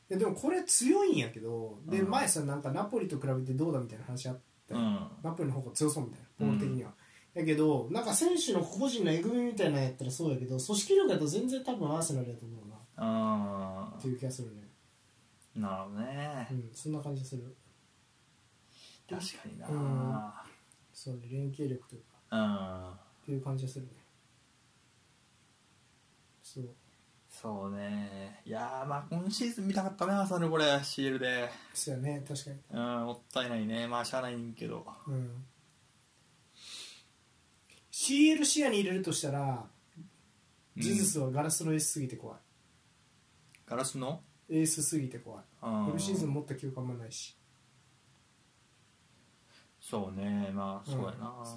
Speaker 1: いやでもこれ強いんやけどで、
Speaker 2: うん
Speaker 1: 前さなんかナポリと比べてどうだみたいな話あった
Speaker 2: う
Speaker 1: よ
Speaker 2: ん
Speaker 1: ナポリの方が強そうみたいなボール的には、だけどなんか選手の個々人のえぐみみたいなのやったらそうやけど組織力だと全然多分アーセナルやと思うな
Speaker 2: あ
Speaker 1: っていう気がするね
Speaker 2: ーなるほどね
Speaker 1: う、んそんな感じする
Speaker 2: 確かにな
Speaker 1: そうね連携力というか
Speaker 2: うん
Speaker 1: っていう感じがするねそう
Speaker 2: そうねいやーまあ今シーズン見たかったなそれこれ CL で
Speaker 1: そうやね確かに
Speaker 2: うんもったいないねまあしゃあないんけど
Speaker 1: うん CL 視野に入れるとしたら
Speaker 2: うん
Speaker 1: ジズスはガラスのエースすぎて怖い、
Speaker 2: ガラスの
Speaker 1: エースすぎて怖い
Speaker 2: うん
Speaker 1: 今シーズン持った記憶あんまないし
Speaker 2: そうねまあそうや
Speaker 1: ん
Speaker 2: な、
Speaker 1: そう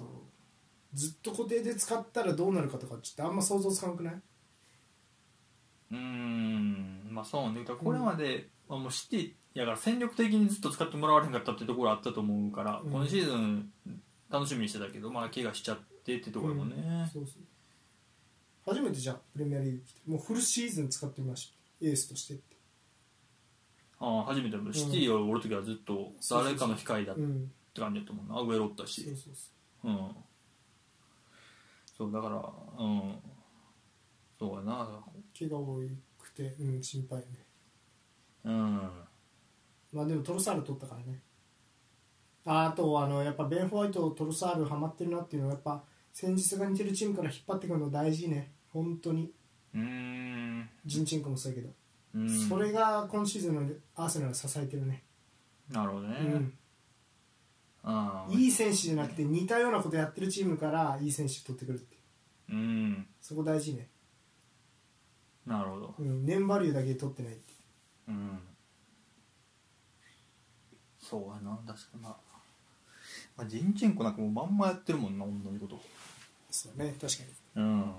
Speaker 1: ずっと固定で使ったらどうなるかとかちょっとあんま想像つかなくない
Speaker 2: うんまあそうねだからこれまで、まあ、もうシティやから戦力的にずっと使ってもらわれへんかったってところあったと思うから、
Speaker 1: うん
Speaker 2: 今シーズン楽しみにしてたけどまあ怪我しちゃってってところもね、
Speaker 1: そうそう初めてじゃあプレミアリーグ来てもうフルシーズン使ってみましたエースとしてって
Speaker 2: ああ初めてだけどシティをおる時はずっと誰かの控えだっ
Speaker 1: うん
Speaker 2: て感じだったもんな上ロったし
Speaker 1: そうそうそ
Speaker 2: うんそうだからうんそうやな
Speaker 1: う怪我多くてうん心配ね
Speaker 2: うん
Speaker 1: まあでもトロサール取ったからねああとあのやっぱベン・ホワイトとトロサールハマってるなっていうのはやっぱ戦術が似てるチームから引っ張ってくるの大事ね本当に
Speaker 2: うーん
Speaker 1: ジンチェンコもそうやけど
Speaker 2: うん
Speaker 1: それが今シーズンのアーセナルを支えてるね、
Speaker 2: なるほどね、
Speaker 1: うん
Speaker 2: あー
Speaker 1: いい選手じゃなくて似たようなことやってるチームからいい選手取ってくるっていう
Speaker 2: うん
Speaker 1: そこ大事ね、
Speaker 2: なるほど
Speaker 1: うん、年バリューだけで取ってないっていう
Speaker 2: うんそうやな確かにな、まあ、ジンチェンコなんかもうまんまやってるもんな女のこと
Speaker 1: そうね確かにっ
Speaker 2: うん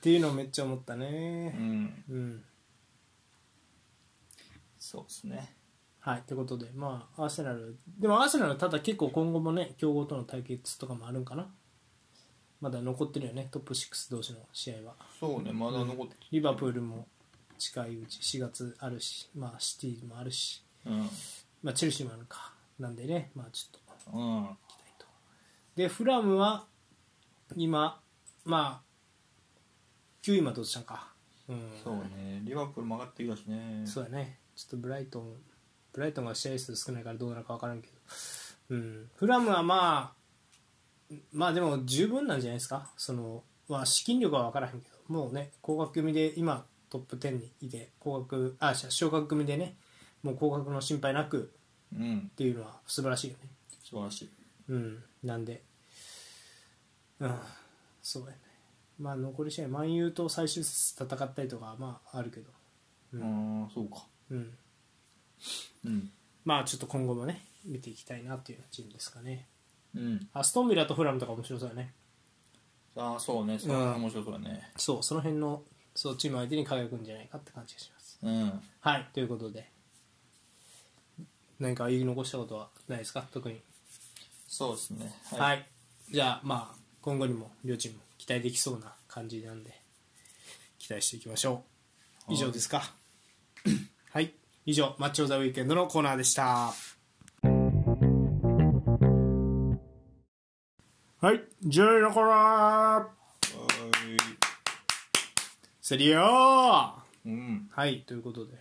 Speaker 1: ていうのをめっちゃ思った
Speaker 2: う
Speaker 1: ね
Speaker 2: ん
Speaker 1: うん、
Speaker 2: そうですね
Speaker 1: はいということでまあアーセナルでもアーセナルはただ結構今後もね強豪との対決とかもあるんかなまだ残ってるよねトップ6同士の試合は
Speaker 2: そうねまだ残って
Speaker 1: リバプールも近いうち4月あるし、まあ、シティもあるし、
Speaker 2: うん
Speaker 1: まあ、チェルシーもあるかなんでね、まあ、ちょっと
Speaker 2: う
Speaker 1: 期
Speaker 2: ん
Speaker 1: 待とでフラムは今まあ9位まで落ちたんか、うん、
Speaker 2: そうねリバプール曲がってきたしね
Speaker 1: そうだねちょっとブライトンブライトンが試合数少ないからどうなるか分からんけど、うん、フラムはまあまあでも十分なんじゃないですかその、まあ、資金力は分からへんけどもうね高額組で今トップ10にいて高額あじゃあ昇格組でねもう高額の心配なく
Speaker 2: うん
Speaker 1: っていうのは素晴らしいよね
Speaker 2: 素晴らしい
Speaker 1: うんなんでうんそうやねまあ残り試合万有と最終節戦ったりとかまああるけど
Speaker 2: う
Speaker 1: うん
Speaker 2: そうか
Speaker 1: うん
Speaker 2: うん
Speaker 1: まあちょっと今後もね見ていきたいなっていうチームですかね
Speaker 2: うん
Speaker 1: アストンビラとフラムとか面白そうだね
Speaker 2: ああそうねそう
Speaker 1: うん
Speaker 2: 面白そうだね
Speaker 1: そうその辺のそうチーム相手に輝くんじゃないかって感じがします
Speaker 2: うん
Speaker 1: はいということで何か言い残したことはないですか特に
Speaker 2: そうですね
Speaker 1: はい、じゃあまあ今後にも両チーム期待できそうな感じなんで期待していきましょう以上ですか はい以上マッチョ・ザ・ウィーケンドのコーナーでしたはい10位のコーナー
Speaker 2: はい
Speaker 1: セリアは
Speaker 2: うん
Speaker 1: いということで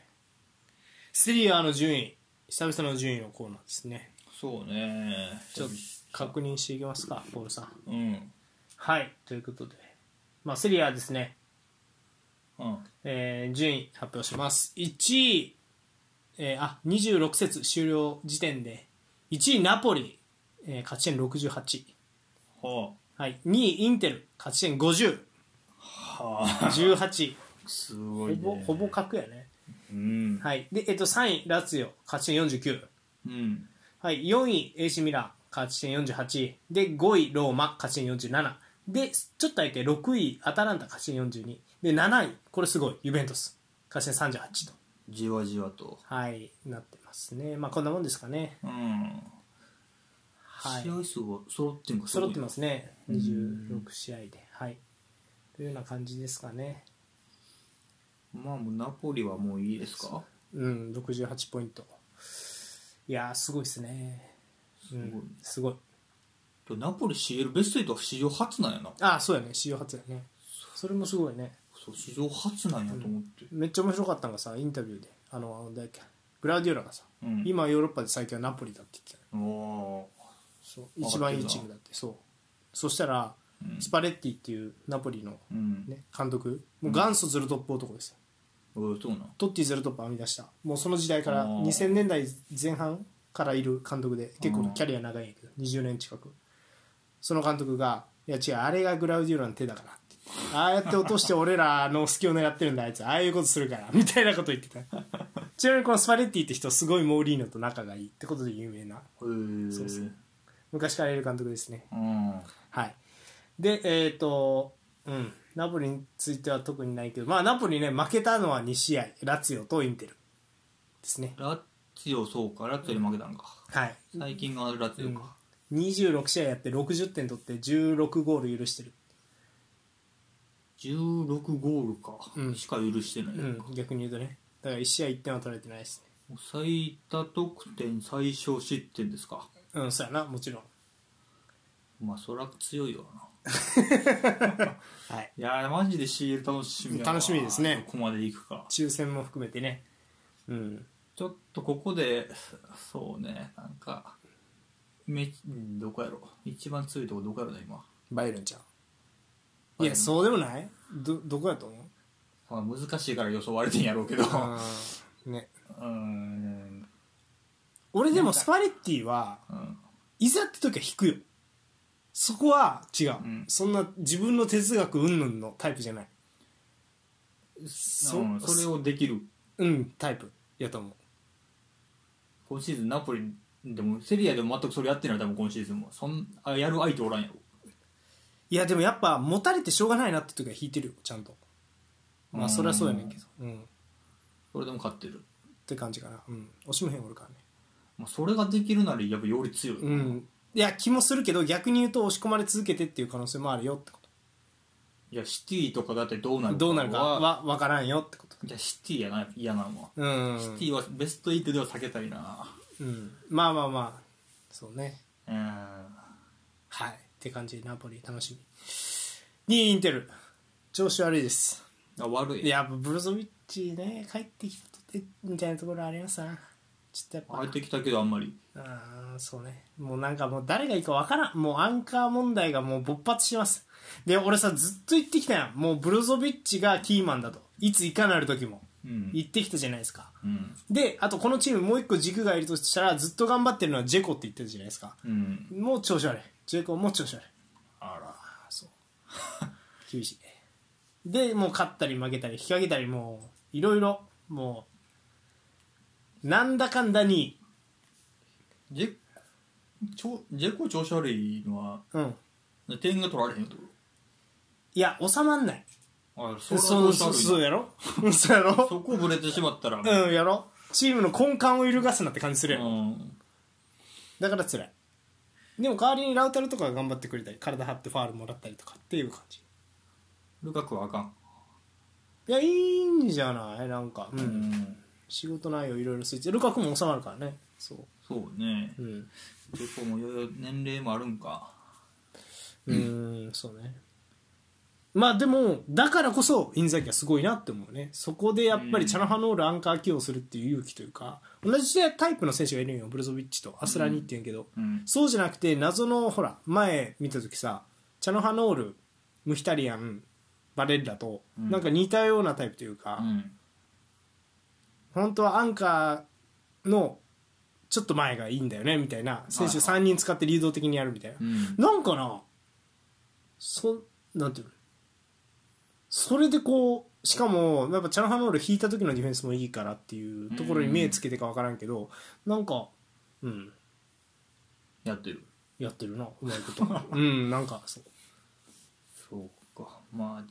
Speaker 1: セリアの順位久々の順位のコーナーですね
Speaker 2: そうね
Speaker 1: ちょっと確認していきますかポールさん
Speaker 2: うん
Speaker 1: はいということでまあセリアはですね
Speaker 2: うん
Speaker 1: えー順位発表します1位、えーあ26節終了時点で1位ナポリ、えー勝ち点68、
Speaker 2: は
Speaker 1: はい、2位インテル勝ち点5018
Speaker 2: あはあ
Speaker 1: 位
Speaker 2: すご
Speaker 1: ほ
Speaker 2: いね
Speaker 1: ぼほぼ格やね、
Speaker 2: うん
Speaker 1: はいでえっと、3位ラツィオ勝ち点49、
Speaker 2: うん
Speaker 1: はい、4位 AC ミラー勝ち点48で5位ローマ勝ち点47でちょっと空いて6位アタランタ勝ち点42で7位これすごいユベントス勝ち点38と
Speaker 2: じわじわと
Speaker 1: はい、なってますね。まあこんなもんですかね。
Speaker 2: うん
Speaker 1: はい
Speaker 2: 試。合数が揃ってんか
Speaker 1: 揃ってますすね。26試合で。はい。というような感じですかね。
Speaker 2: ごいまあもうナポリはもういいですか
Speaker 1: うん、68ポイント。いやー、すごいですね。
Speaker 2: す
Speaker 1: う
Speaker 2: ごい
Speaker 1: ん、すごい。
Speaker 2: でナポリ CL ベスト8は史上初なんやな
Speaker 1: ああ、そうやね。史上初やね。それもすごいね。
Speaker 2: そう史上初なんやと思って
Speaker 1: めっちゃ面白かったのがさ、インタビューで、あの、なんだっけ、グラウディオラがさ、
Speaker 2: うん
Speaker 1: 今ヨーロッパで最強はナポリだって言ってたの
Speaker 2: おー
Speaker 1: そう一番いいチームだって。そう。そしたら、
Speaker 2: うん
Speaker 1: スパレッティっていうナポリの、
Speaker 2: うん
Speaker 1: ね、監督、もう元祖ズルトップ男ですよ。
Speaker 2: うんそうなん
Speaker 1: トッティゼロトップを編み出したもうその時代から
Speaker 2: あー
Speaker 1: 2000年代前半からいる監督で結
Speaker 2: う
Speaker 1: 構
Speaker 2: ん
Speaker 1: キャリア長いんやけど20年近くその監督が「いや違うあれがグラウディオラの手だから」ってああやって落として俺らの隙を狙ってるんだあいつああいうことするからみたいなこと言って たちなみにこのスパレッティって人すごいモーリーノと仲がいいってことで有名な
Speaker 2: へえ
Speaker 1: そうそう昔からいる監督ですね
Speaker 2: うん
Speaker 1: はい、で、えっ、と、うん、ナポリについては特にないけど、まあ、ナポリね、負けたのは2試合、ラツィオとインテルですね。
Speaker 2: ラッツィオそうかラッツィオに負けたんか
Speaker 1: はい、
Speaker 2: 最近がラッツィオか
Speaker 1: 26試合やって60点取って16ゴール許してる、
Speaker 2: 16ゴ
Speaker 1: う
Speaker 2: ール
Speaker 1: ん
Speaker 2: かしか許してないうの
Speaker 1: ん
Speaker 2: か、
Speaker 1: 逆に言うとね、だから1試合1点は取られてないですね。
Speaker 2: 最多得点最小失点ですか
Speaker 1: うん、そうやな、もちろん。
Speaker 2: まあそら強いよな
Speaker 1: はい、
Speaker 2: いやーマジで CL 楽しみやわ
Speaker 1: 楽しみですね
Speaker 2: ここまでいくか
Speaker 1: 抽選も含めてね。うん、
Speaker 2: ちょっとここでそうねなんかめうんどこやろ一番強いとこどこやろな今
Speaker 1: バイエルンちゃん。
Speaker 2: バ
Speaker 1: い
Speaker 2: イエ
Speaker 1: や、
Speaker 2: ルン
Speaker 1: そうでもないど、どこやと思う
Speaker 2: まあ、難しいから予想割れてんやろうけど、
Speaker 1: うんね、
Speaker 2: うん、
Speaker 1: 俺でもスパレッティは
Speaker 2: うん、
Speaker 1: いざって時は引くよそこは違う、
Speaker 2: ん
Speaker 1: そんな自分の哲学云々のタイプじゃないそ,、
Speaker 2: うんそれをできる
Speaker 1: うんタイプやと思う
Speaker 2: 今シーズンナポリでもセリアでも全くそれやってない多分今シーズンもそんあやる相手おらんやろ
Speaker 1: いやでもやっぱ持たれてしょうがないなって時は引いてるよちゃんとまあそれはそうやねんけどうん、っ
Speaker 2: それでも勝ってる、
Speaker 1: て感じかなうん押しむへんおるからね
Speaker 2: まあ、それができるならやっぱより強い、
Speaker 1: うんいや気もするけど逆に言うと押し込まれ続けてっていう可能性もあるよってこ
Speaker 2: いやシティとかだってどうな
Speaker 1: と
Speaker 2: る
Speaker 1: どうなるか
Speaker 2: は
Speaker 1: は分からんよってこと
Speaker 2: じゃあシティやな嫌なのは、
Speaker 1: うん
Speaker 2: シティはベスト8では避けたいな
Speaker 1: うん、まあまあまあそうね
Speaker 2: うん
Speaker 1: はいって感じでナポリ楽しみにインテル調子悪いです
Speaker 2: あ悪い
Speaker 1: いやブロゾビッチね帰ってきたとてみたいなところありますなちょっとや
Speaker 2: 入
Speaker 1: っ
Speaker 2: ってきたけどあんまり
Speaker 1: ぱあーそうねもうなんかもう誰がいいかわからんもうアンカー問題がもう勃発しますで俺さずっと言ってきたやんもうブロゾビッチがキーマンだといついかなる時も
Speaker 2: うん
Speaker 1: 言ってきたじゃないですか
Speaker 2: うん
Speaker 1: であとこのチームもう一個軸がいるとしたらずっと頑張ってるのはジェコって言ってるじゃないですか
Speaker 2: うん
Speaker 1: もう調子悪いジェイコブもう調子悪い
Speaker 2: あら
Speaker 1: あそう厳しいでもう勝ったり負けたり引き分けたりもういろいろもうなんだかんだに
Speaker 2: ジェちょジェコ調子悪いのは
Speaker 1: うん
Speaker 2: 点が取られへんってこ
Speaker 1: いや収まんない
Speaker 2: とあそ
Speaker 1: そ
Speaker 2: れは
Speaker 1: そ
Speaker 2: 調
Speaker 1: う
Speaker 2: 子悪いな
Speaker 1: そうやろ そうやろ
Speaker 2: そこぶれてしまったら、
Speaker 1: うんやろチームの根幹を揺るがすなって感じするやろ、
Speaker 2: うん
Speaker 1: だから辛いでも代わりにラウタルとかが頑張ってくれたり体張ってファールもらったりとかっていう感じ
Speaker 2: ルカクはあかん、
Speaker 1: いやいいんじゃないなんかうん、
Speaker 2: うん、
Speaker 1: 仕事内容いろいろついてルカクも収まるからねそう
Speaker 2: そうね
Speaker 1: うん
Speaker 2: 結構もういろいろ年齢もあるんか
Speaker 1: うーんそうねまあでもだからこそインザキはすごいなって思うねそこでやっぱりチャノハノールアンカー起用するっていう勇気というか同じタイプの選手がいるんよブルゾビッチとアスラニって言うんやけど、
Speaker 2: うん
Speaker 1: そうじゃなくて謎のほら前見た時さチャノハノールムヒタリアンバレッラと
Speaker 2: うん
Speaker 1: なんか似たようなタイプというか、
Speaker 2: うん
Speaker 1: 本当はアンカーのちょっと前がいいんだよねみたいな選手
Speaker 2: はいは
Speaker 1: 3人使って流動的にやるみたいな
Speaker 2: う、ん
Speaker 1: なんかなそなんていうのそれでこうしかもやっぱチャルハノール引いた時のディフェンスもいいからっていうところに目つけてか分からんけど、なんかうん
Speaker 2: やってる
Speaker 1: やってるなうまいこと うんなんかそう
Speaker 2: そうかま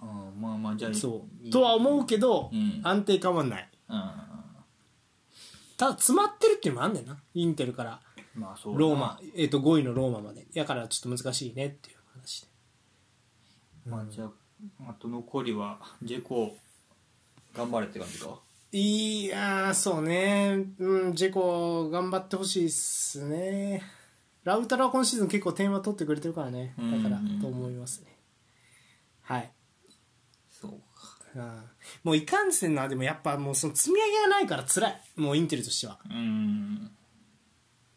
Speaker 2: ああまあまあじゃあ
Speaker 1: そうとは思うけど、
Speaker 2: うん
Speaker 1: 安定感はない
Speaker 2: うんま
Speaker 1: ただ詰まってるっていうのもあんねんなインテルから
Speaker 2: あそうだな
Speaker 1: ローマ、えっと5位のローマまでやからちょっと難しいねっていう話で
Speaker 2: まあじゃああと残りはジェコ頑張れって感じか
Speaker 1: いやーそうね、うん、ジェコ頑張ってほしいっすねラウタロは今シーズン結構点は取ってくれてるからねだから
Speaker 2: うん
Speaker 1: と思いますねはい
Speaker 2: そうか
Speaker 1: うんもういかんせんなでもやっぱもうその積み上げがないから辛いもうインテルとしては
Speaker 2: うん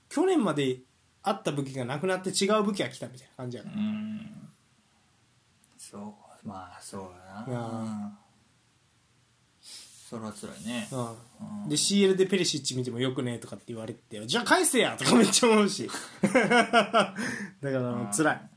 Speaker 1: 去年まであった武器がなくなって違う武器が来たみたいな感じやか
Speaker 2: う
Speaker 1: ら
Speaker 2: んそうまあそうだなそれは辛いね
Speaker 1: うん
Speaker 2: うん
Speaker 1: で CL でペリシッチ見てもよくねとかって言われてよじゃあ返せやとかめっちゃ思うし だからもう辛い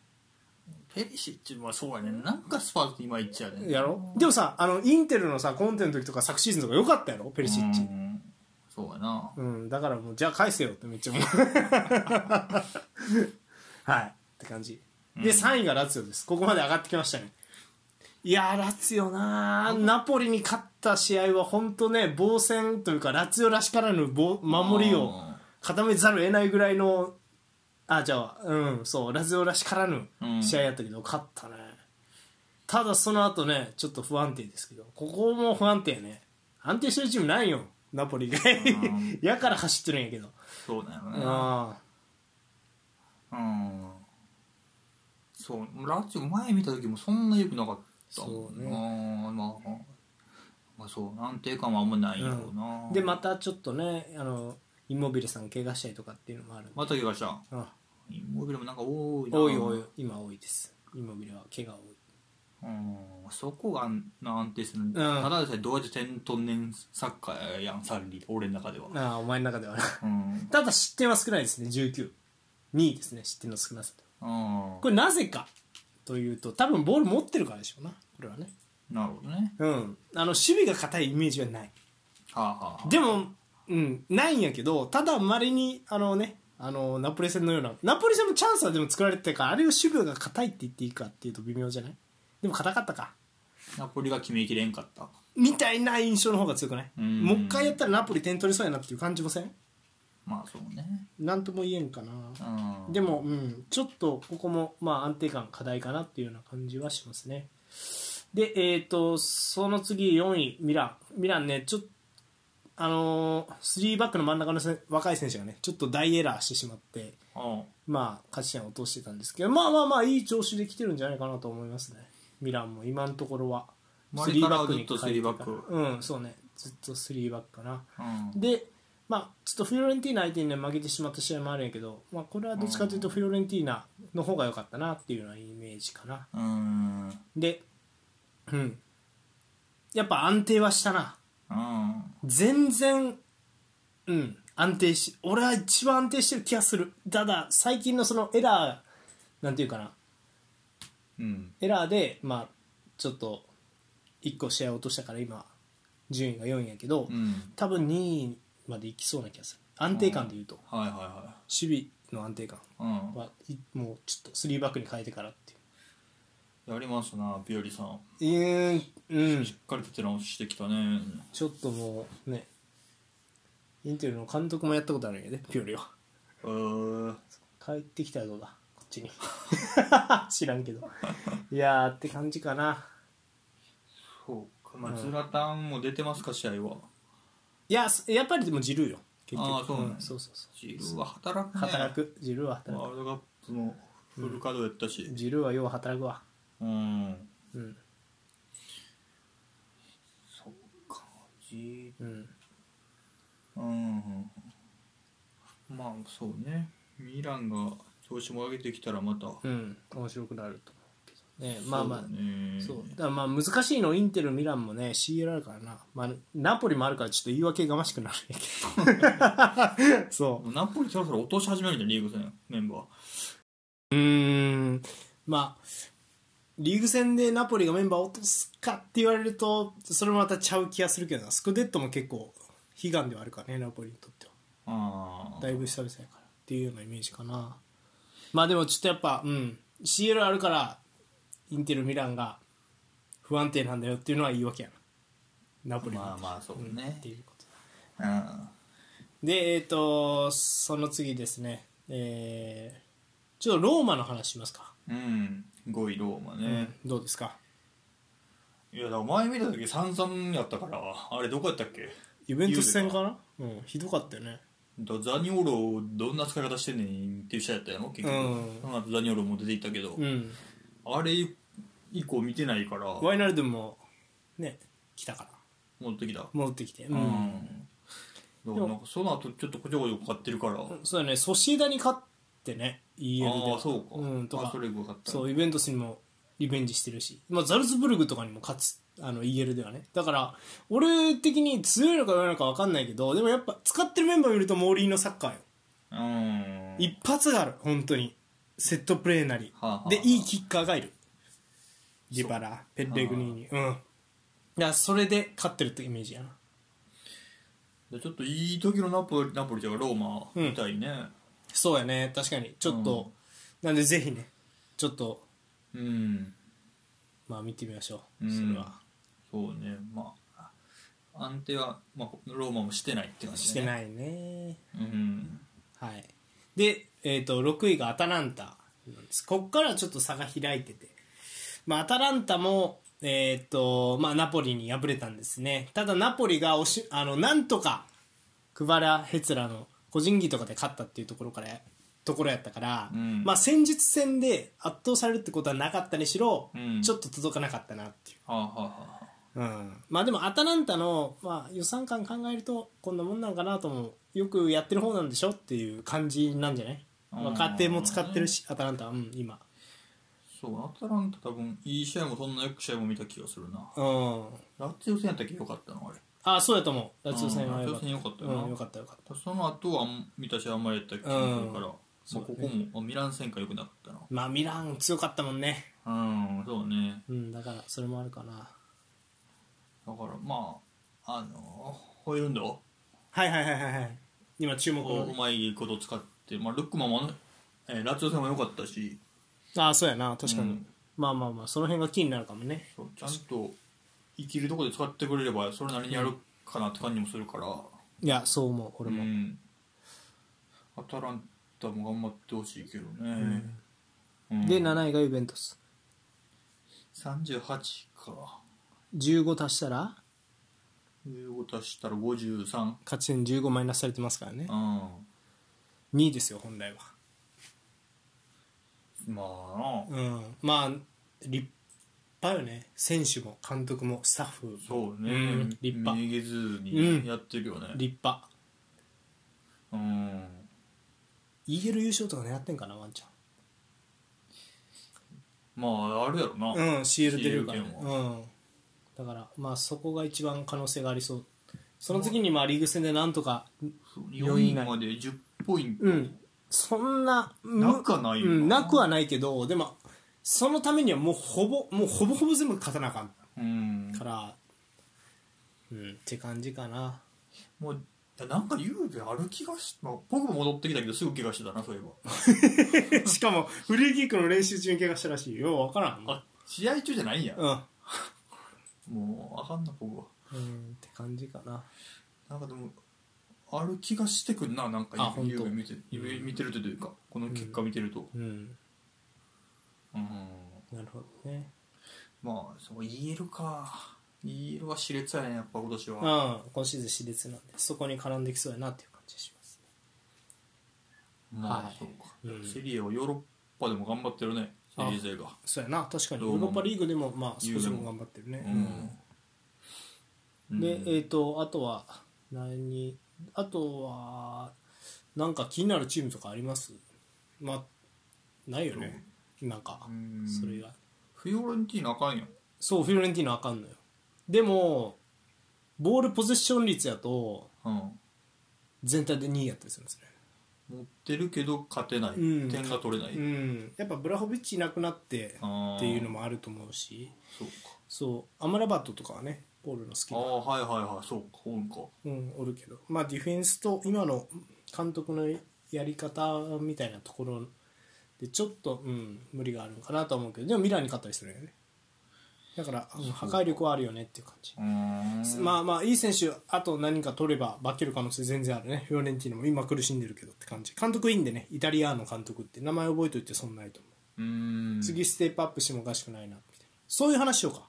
Speaker 2: ペリシッチもそうやねなんかスパーズって今言っちゃうね
Speaker 1: やろでもさあのインテルのさコンテの時とか昨シーズンとか良かったやろペリシッチ
Speaker 2: うんそうやな
Speaker 1: うん、だからもうじゃあ返せよってめっちゃ思 うはいって感じで3位がラツィオですここまで上がってきましたねいやーラツィオなーナポリに勝った試合は本当ね防戦というかラツィオらしからぬ防守りを固めざるを得ないぐらいのあじゃあうんそうラツィオらしからぬ試合やったけど、勝ったねただその後ねちょっと不安定ですけどここも不安定ね安定してるチームないよナポリ以外
Speaker 2: ん
Speaker 1: やから走ってるんやけど、
Speaker 2: そうだよね
Speaker 1: あ
Speaker 2: うんそうラッチョ前見た時もそんな良くなかった
Speaker 1: そうね
Speaker 2: うんまあまあそう安定感はあんまないよな
Speaker 1: あでまたちょっとねあのインモビルさん怪我したりとかっていうのもあるんで
Speaker 2: また怪我した
Speaker 1: あ
Speaker 2: インモビルもなんか多いな
Speaker 1: 多い多い今多いですインモビルは怪我多い
Speaker 2: うんそこが安安定してる、ただでさえどうやって点とんねんサッカーやんサンリー俺の中では、
Speaker 1: ああお前の中ではな
Speaker 2: うん
Speaker 1: ただ失点は少ないですね192位ですね失点の少なさで
Speaker 2: うん
Speaker 1: これなぜかというと多分ボール持ってるからでしょうなこれはね
Speaker 2: なるほどね
Speaker 1: うんあの守備が硬いイメージはない
Speaker 2: はあ、はあ、
Speaker 1: でもうんないんやけどただまれにあのねあのナポレ戦のようなナポレ戦もチャンスはでも作られてたからあれを守備が硬いって言っていいかっていうと微妙じゃないでも硬かったか
Speaker 2: ナポリが決めきれんかった
Speaker 1: みたいな印象の方が強くない
Speaker 2: うん
Speaker 1: もう一回やったらナポリ点取りそうやなっていう感じもせん
Speaker 2: まあそうね
Speaker 1: なんとも言えんかな
Speaker 2: うん
Speaker 1: でも、うん、ちょっとここも、まあ、安定感課題かなっていうような感じはしますね。で、えー、とその次4位ミランミランねちょっあのー、3バックの真ん中のせ若い選手がねちょっと大エラーしてしまって、
Speaker 2: うん
Speaker 1: まあ、勝ち点を落としてたんですけどまあまあまあいい調子で来てるんじゃないかなと思いますねミランも今のところは
Speaker 2: 周りからはず
Speaker 1: に
Speaker 2: っと3バック
Speaker 1: 変えてからうんそうねずっと3バックかな。
Speaker 2: うん
Speaker 1: で、まあ、ちょっとフィオレンティーナ相手に、ね、負けてしまった試合もあるんやけど、まあ、これはどっちかというとフィオレンティーナの方が良かったなっていうようなイメージかな
Speaker 2: うん
Speaker 1: でうんやっぱ安定はしたな
Speaker 2: うん
Speaker 1: 全然うん安定し俺は一番安定してる気がするただ最近のそのエラーなんていうかな
Speaker 2: うん
Speaker 1: エラーでまあちょっと1個試合を落としたから今順位が4位やけど、
Speaker 2: うん
Speaker 1: 多分2位までいきそうな気がする安定感でいうと、
Speaker 2: はいは
Speaker 1: 守備の安定感
Speaker 2: いはい
Speaker 1: はいもうちょっと3バックに変えてからっていう
Speaker 2: うんやりましたなビオリさん
Speaker 1: えうん
Speaker 2: しっかり立て直してきたね
Speaker 1: ちょっともうねインテルの監督もやったことあるんやでピオリは
Speaker 2: えー
Speaker 1: 帰ってきたらどうだこっちに 知らんけどいやーって感じかな
Speaker 2: そうかまあズラタンも出てますか試合はい
Speaker 1: やすやっぱりでもジルーよ結
Speaker 2: あーそうなんや
Speaker 1: んそうそうそ
Speaker 2: ジルーは働く
Speaker 1: う
Speaker 2: ね
Speaker 1: 働くジルーは働
Speaker 2: ワールドカップもフル稼働やったし
Speaker 1: くジルーはよう働くわ
Speaker 2: うん
Speaker 1: うん
Speaker 2: そっかジ
Speaker 1: うん
Speaker 2: うんまあそうねミランが調子も上げてきたらまた
Speaker 1: うん面白くなると思うけどねまあまあ
Speaker 2: そうね
Speaker 1: そうだからまあ難しいのインテルミランもね CL あるからな、まあ、ナポリもあるからちょっと言い訳がましくなるんやけど そ
Speaker 2: ナポリそろそろ落とし始めるんじゃんリーグ戦メンバー
Speaker 1: ううーんまあリーグ戦でナポリがメンバー落とすかって言われるとそれもまたちゃう気がするけどなスクデットも結構悲願ではあるからねナポリにとっては
Speaker 2: あ
Speaker 1: だいぶ久々やからっていうようなイメージかなまあでもちょっとやっぱうん CL あるからインテルミランが不安定なんだよっていうのは言い訳やなナポリにとって
Speaker 2: まあまあそうね
Speaker 1: っていうこと
Speaker 2: うん
Speaker 1: でえっ、とその次ですねえーちょっとローマの話しますか、
Speaker 2: うん5位ローマね、
Speaker 1: どうですか
Speaker 2: いやだから前見た時散々やったからあれどこやったっけ
Speaker 1: イベント戦かなうんひどかったよね
Speaker 2: だザニオロどんな使い方してんねんっていう試合やったやろ結局、
Speaker 1: うん
Speaker 2: その後ザニオロも出ていったけど、
Speaker 1: うん
Speaker 2: あれ以降見てないから
Speaker 1: ワイナルドゥンもね来たから
Speaker 2: 戻ってきた
Speaker 1: 戻ってきてう、
Speaker 2: うんん、だからなんかその後ちょっとこちょこちょこ買ってるから、
Speaker 1: そうだねソシエダに勝ってね EL で
Speaker 2: ああそうか、
Speaker 1: うん、と
Speaker 2: あ
Speaker 1: か
Speaker 2: それよかった
Speaker 1: そうイベントスにもリベンジしてるし、まあ、ザルツブルグとかにも勝つあの EL ではねだから俺的に強いのか弱いのか分かんないけどでもやっぱ使ってるメンバー見るとモーリーのサッカーよ
Speaker 2: うん
Speaker 1: 一発がある本当にセットプレーなり、
Speaker 2: はあはあ
Speaker 1: でいいキッカーがいるディバラペッレグニーニうんいやそれで勝ってるってイメージやな
Speaker 2: でちょっといい時のナポリナポリじゃローマみたいね、
Speaker 1: そうやね確かにちょっと、なんでぜひねちょっと
Speaker 2: うん
Speaker 1: まあ見てみましょ
Speaker 2: う
Speaker 1: うんそれは、
Speaker 2: そうねまあ安定は、まあ、ローマもしてないって感じ、ね、
Speaker 1: して
Speaker 2: い
Speaker 1: ないね
Speaker 2: うん
Speaker 1: はいで、えー、と6位がアタランタなんですこっからちょっと差が開いてて、まあ、アタランタもえっ、とまあナポリに敗れたんですねただナポリがおしあのなんとかクバラ・ヘツラの個人技とかで勝ったっていうところからところやったから、
Speaker 2: うん
Speaker 1: まあ、戦術戦で圧倒されるってことはなかったにしろ、
Speaker 2: うん
Speaker 1: ちょっと届かなかったなっていう
Speaker 2: はあはあはあ
Speaker 1: うんまあでもアタランタの、まあ、予算感考えるとこんなもんなのかなともよくやってる方なんでしょっていう感じなんじゃない
Speaker 2: うん
Speaker 1: 若手も使ってるしアタランタは、うん、今
Speaker 2: そうアタランタ多分いい試合もそんなよく試合も見た気がするな
Speaker 1: うん
Speaker 2: ラッツィオ戦やったっけよかったのあれ
Speaker 1: あそうやと思うラツヨ戦は
Speaker 2: う
Speaker 1: よ
Speaker 2: んラ
Speaker 1: か
Speaker 2: ツ
Speaker 1: っ
Speaker 2: ィオ戦よかったたよな、
Speaker 1: うんよかったよかっ
Speaker 2: その後はあん見たしあんまりやった気がするから、まあ、
Speaker 1: そ
Speaker 2: こ
Speaker 1: うだね
Speaker 2: こも、あミラン戦かよくなかったな
Speaker 1: たまあミラン強かったもんね
Speaker 2: うんそうね
Speaker 1: うんだからそれもあるかな
Speaker 2: だからまああのホイール運動
Speaker 1: はいはいはいはいはい今注目
Speaker 2: をう
Speaker 1: を
Speaker 2: まいこと使って、まあ、ルックマンもね、えーラツィオ戦も良かったし
Speaker 1: ああそうやな確かに、
Speaker 2: うん
Speaker 1: まあまあまあその辺が気になるかもね
Speaker 2: そうちゃんと生きるとこで使ってくれればそれなりにやるかなって感じもするから、
Speaker 1: いやそう思う
Speaker 2: う
Speaker 1: 俺も、
Speaker 2: ん、アタランタも頑張ってほしいけどね、うん
Speaker 1: で7位がユベントス
Speaker 2: 38か
Speaker 1: 15足したら
Speaker 2: 15足したら53
Speaker 1: 勝ち点15マイナスされてますからね
Speaker 2: うん
Speaker 1: 2位ですよ本来は
Speaker 2: まあな
Speaker 1: うんまあ立派よね選手も監督もスタッフも
Speaker 2: そうね、
Speaker 1: うん立派
Speaker 2: めげず
Speaker 1: うん
Speaker 2: にやってるよね、
Speaker 1: 立派
Speaker 2: うん
Speaker 1: EL 優勝とか狙ってんかなワンちゃん
Speaker 2: まああれやろな、
Speaker 1: うん CL 出れるから、ね
Speaker 2: CL
Speaker 1: うん、だからまあそこが一番可能性がありそうその次にまあリーグ戦でなんとか
Speaker 2: そう
Speaker 1: 4
Speaker 2: 4
Speaker 1: 位以
Speaker 2: 位
Speaker 1: 内
Speaker 2: まで10ポイント、
Speaker 1: うんそんなむ
Speaker 2: なくはないよ
Speaker 1: うん、
Speaker 2: な
Speaker 1: なくはないけどでもそのためにはもうほぼもうほぼほぼ全部勝たなあかん
Speaker 2: うん
Speaker 1: からうんって感じかな
Speaker 2: もういやなんかゆうべある気がし、まあ、僕も戻ってきたけどすぐ怪我してたなそういえば
Speaker 1: しかもフリーキックの練習中に怪我したらしいよう分からん
Speaker 2: あ試合中じゃないんや、
Speaker 1: うん、
Speaker 2: もうあかんな僕は
Speaker 1: うん、って感じかな
Speaker 2: なんかでもある気がしてくんななん
Speaker 1: あ
Speaker 2: か
Speaker 1: 本当
Speaker 2: ゆうべ見てゆうべ見てるというかこの結果見てると、
Speaker 1: うん
Speaker 2: うん
Speaker 1: なるほどね
Speaker 2: まあそう EL か EL は熾烈やねやっぱ今年は、
Speaker 1: うん今シーズン熾烈なんでそこに絡んできそうやなっていう感じがします
Speaker 2: まあ、
Speaker 1: はい
Speaker 2: そうか、
Speaker 1: うん
Speaker 2: セリエはヨーロッパでも頑張ってるねセリエ勢が
Speaker 1: そうやな確かに
Speaker 2: ど
Speaker 1: ヨ
Speaker 2: うも
Speaker 1: ーロッパリーグでもまあ少しも頑張ってるね、
Speaker 2: う
Speaker 1: うん
Speaker 2: ん
Speaker 1: でえっ、とあとは何あとはなんか気になるチームとかありますまあないよねなんか
Speaker 2: うん
Speaker 1: それが
Speaker 2: フィオレンティーナあかんよ
Speaker 1: そうフィオレンティーナあかんのよでもボールポゼッション率やと
Speaker 2: うん
Speaker 1: 全体で2位やったりするんですね
Speaker 2: 持ってるけど勝てない、
Speaker 1: うん
Speaker 2: 点が取れない、
Speaker 1: うんやっぱブラホビッチいなくなって
Speaker 2: あー
Speaker 1: っていうのもあると思うし
Speaker 2: そうか
Speaker 1: そうアマラバットとかはねポールの好き
Speaker 2: あ
Speaker 1: な
Speaker 2: あはいはいはいそうかおるか
Speaker 1: うん、おるけど、まあ、ディフェンスと今の監督のやり方みたいなところでちょっと、うん、無理があるのかなとは思うけどでもミラーに勝ったりするよねだから、うん破壊力はあるよねっていう感じ
Speaker 2: う、ーん
Speaker 1: まあまあいい選手あと何か取れば化ける可能性全然あるねフィオレンティーナも今苦しんでるけどって感じ監督いいんでねイタリアの監督って名前覚えといてそんないと思う、
Speaker 2: うーん
Speaker 1: 次ステップアップしてもおかしくないなみたいなそういう話しようか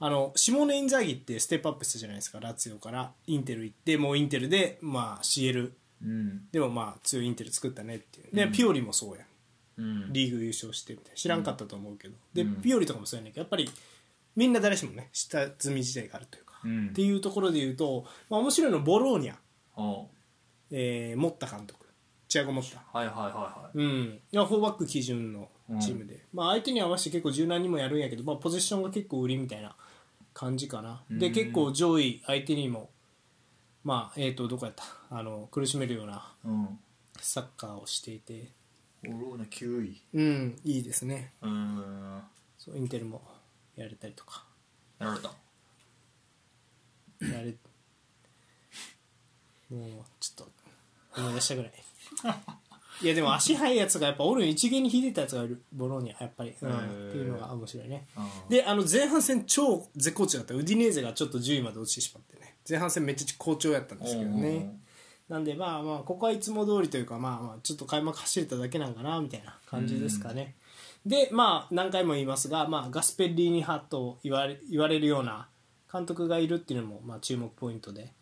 Speaker 1: あのシモーネ・インザーギってステップアップしたじゃないですかラツィオからインテル行ってもうインテルで、まあ、CL
Speaker 2: うん
Speaker 1: でもまあ強いインテル作ったねっていうで、ピオリもそうやん
Speaker 2: うん
Speaker 1: リーグ優勝してみたいな知らんかったと思うけど、
Speaker 2: うん
Speaker 1: でピオリとかもそうやねんけどやっぱりみんな誰しもね下積み時代があるというか、
Speaker 2: うん
Speaker 1: っていうところで言うと、まあ、面白いのはボローニャ、
Speaker 2: ああ
Speaker 1: えー、モッタ監督チアゴ・モッタ
Speaker 2: はいはいはい
Speaker 1: う
Speaker 2: はい
Speaker 1: ん、いやフォーバック基準のチームで、まあ、相手に合わせて結構柔軟にもやるんやけど、まあ、ポジションが結構売りみたいな感じかな、で
Speaker 2: うん
Speaker 1: 結構上位相手にも、まあえー、とどこやったあの苦しめるような
Speaker 2: うん
Speaker 1: サッカーをしていて、
Speaker 2: オローナ9位
Speaker 1: うん、いいですね
Speaker 2: うーん
Speaker 1: そうインテルもやれたりとか
Speaker 2: やられた
Speaker 1: やれもうちょっと思い出したぐらいいやでも足速いやつがやっぱおるん一芸に秀でたやつがいるボローニャやっぱり、うん
Speaker 2: へ
Speaker 1: っ
Speaker 2: ー
Speaker 1: ていうのが面白いね
Speaker 2: うん
Speaker 1: であの前半戦超絶好調だったウディネーゼがちょっと10位まで落ちてしまってね前半戦めっちゃ好調やったんですけど
Speaker 2: お
Speaker 1: ね
Speaker 2: ー
Speaker 1: なんでまあまあここはいつも通りというかまあまあちょっと開幕走れただけなんかなみたいな感じですかねでまあ何回も言いますが、まあ、ガスペッリーニ派と言われ言われるような監督がいるっていうのもまあ注目ポイントで、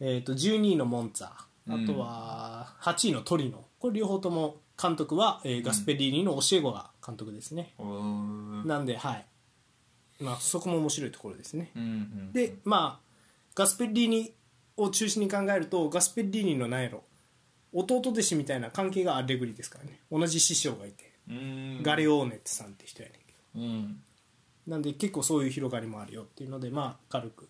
Speaker 1: えー、と12位のモンツァあとは8位のトリノこれ両方とも監督は、えーガスペッリーニの教え子が監督ですね、
Speaker 2: うーん
Speaker 1: なんで、はいまあ、そこも面白いところですね。
Speaker 2: うんうん
Speaker 1: で、まあ、ガスペッリーニを中心に考えると、ガスペッリーニの何やろ、弟弟子みたいな関係がアレグリですからね、同じ師匠がいて、
Speaker 2: うーん
Speaker 1: ガレオーネットさんって人やねんけど、
Speaker 2: うん
Speaker 1: なんで結構そういう広がりもあるよっていうのでまあ軽く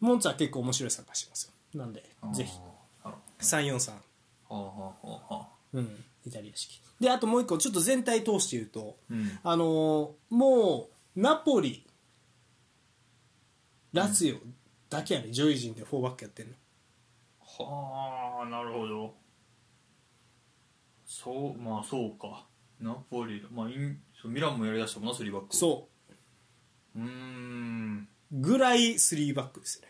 Speaker 1: モンツは結構面白い参加してますよなんでぜひ
Speaker 2: あーなる
Speaker 1: 343
Speaker 2: ほどはあはあはあ
Speaker 1: うんイタリア式であともう一個ちょっと全体通して言うと
Speaker 2: うん
Speaker 1: あのーもうナポリラツィオだけやね上位陣で4バックやってるの
Speaker 2: はあなるほどそうまあそうかナポリまあインそうミランもやりだしたもんなスリーバックう
Speaker 1: そう
Speaker 2: うーん
Speaker 1: うぐらい3バックですね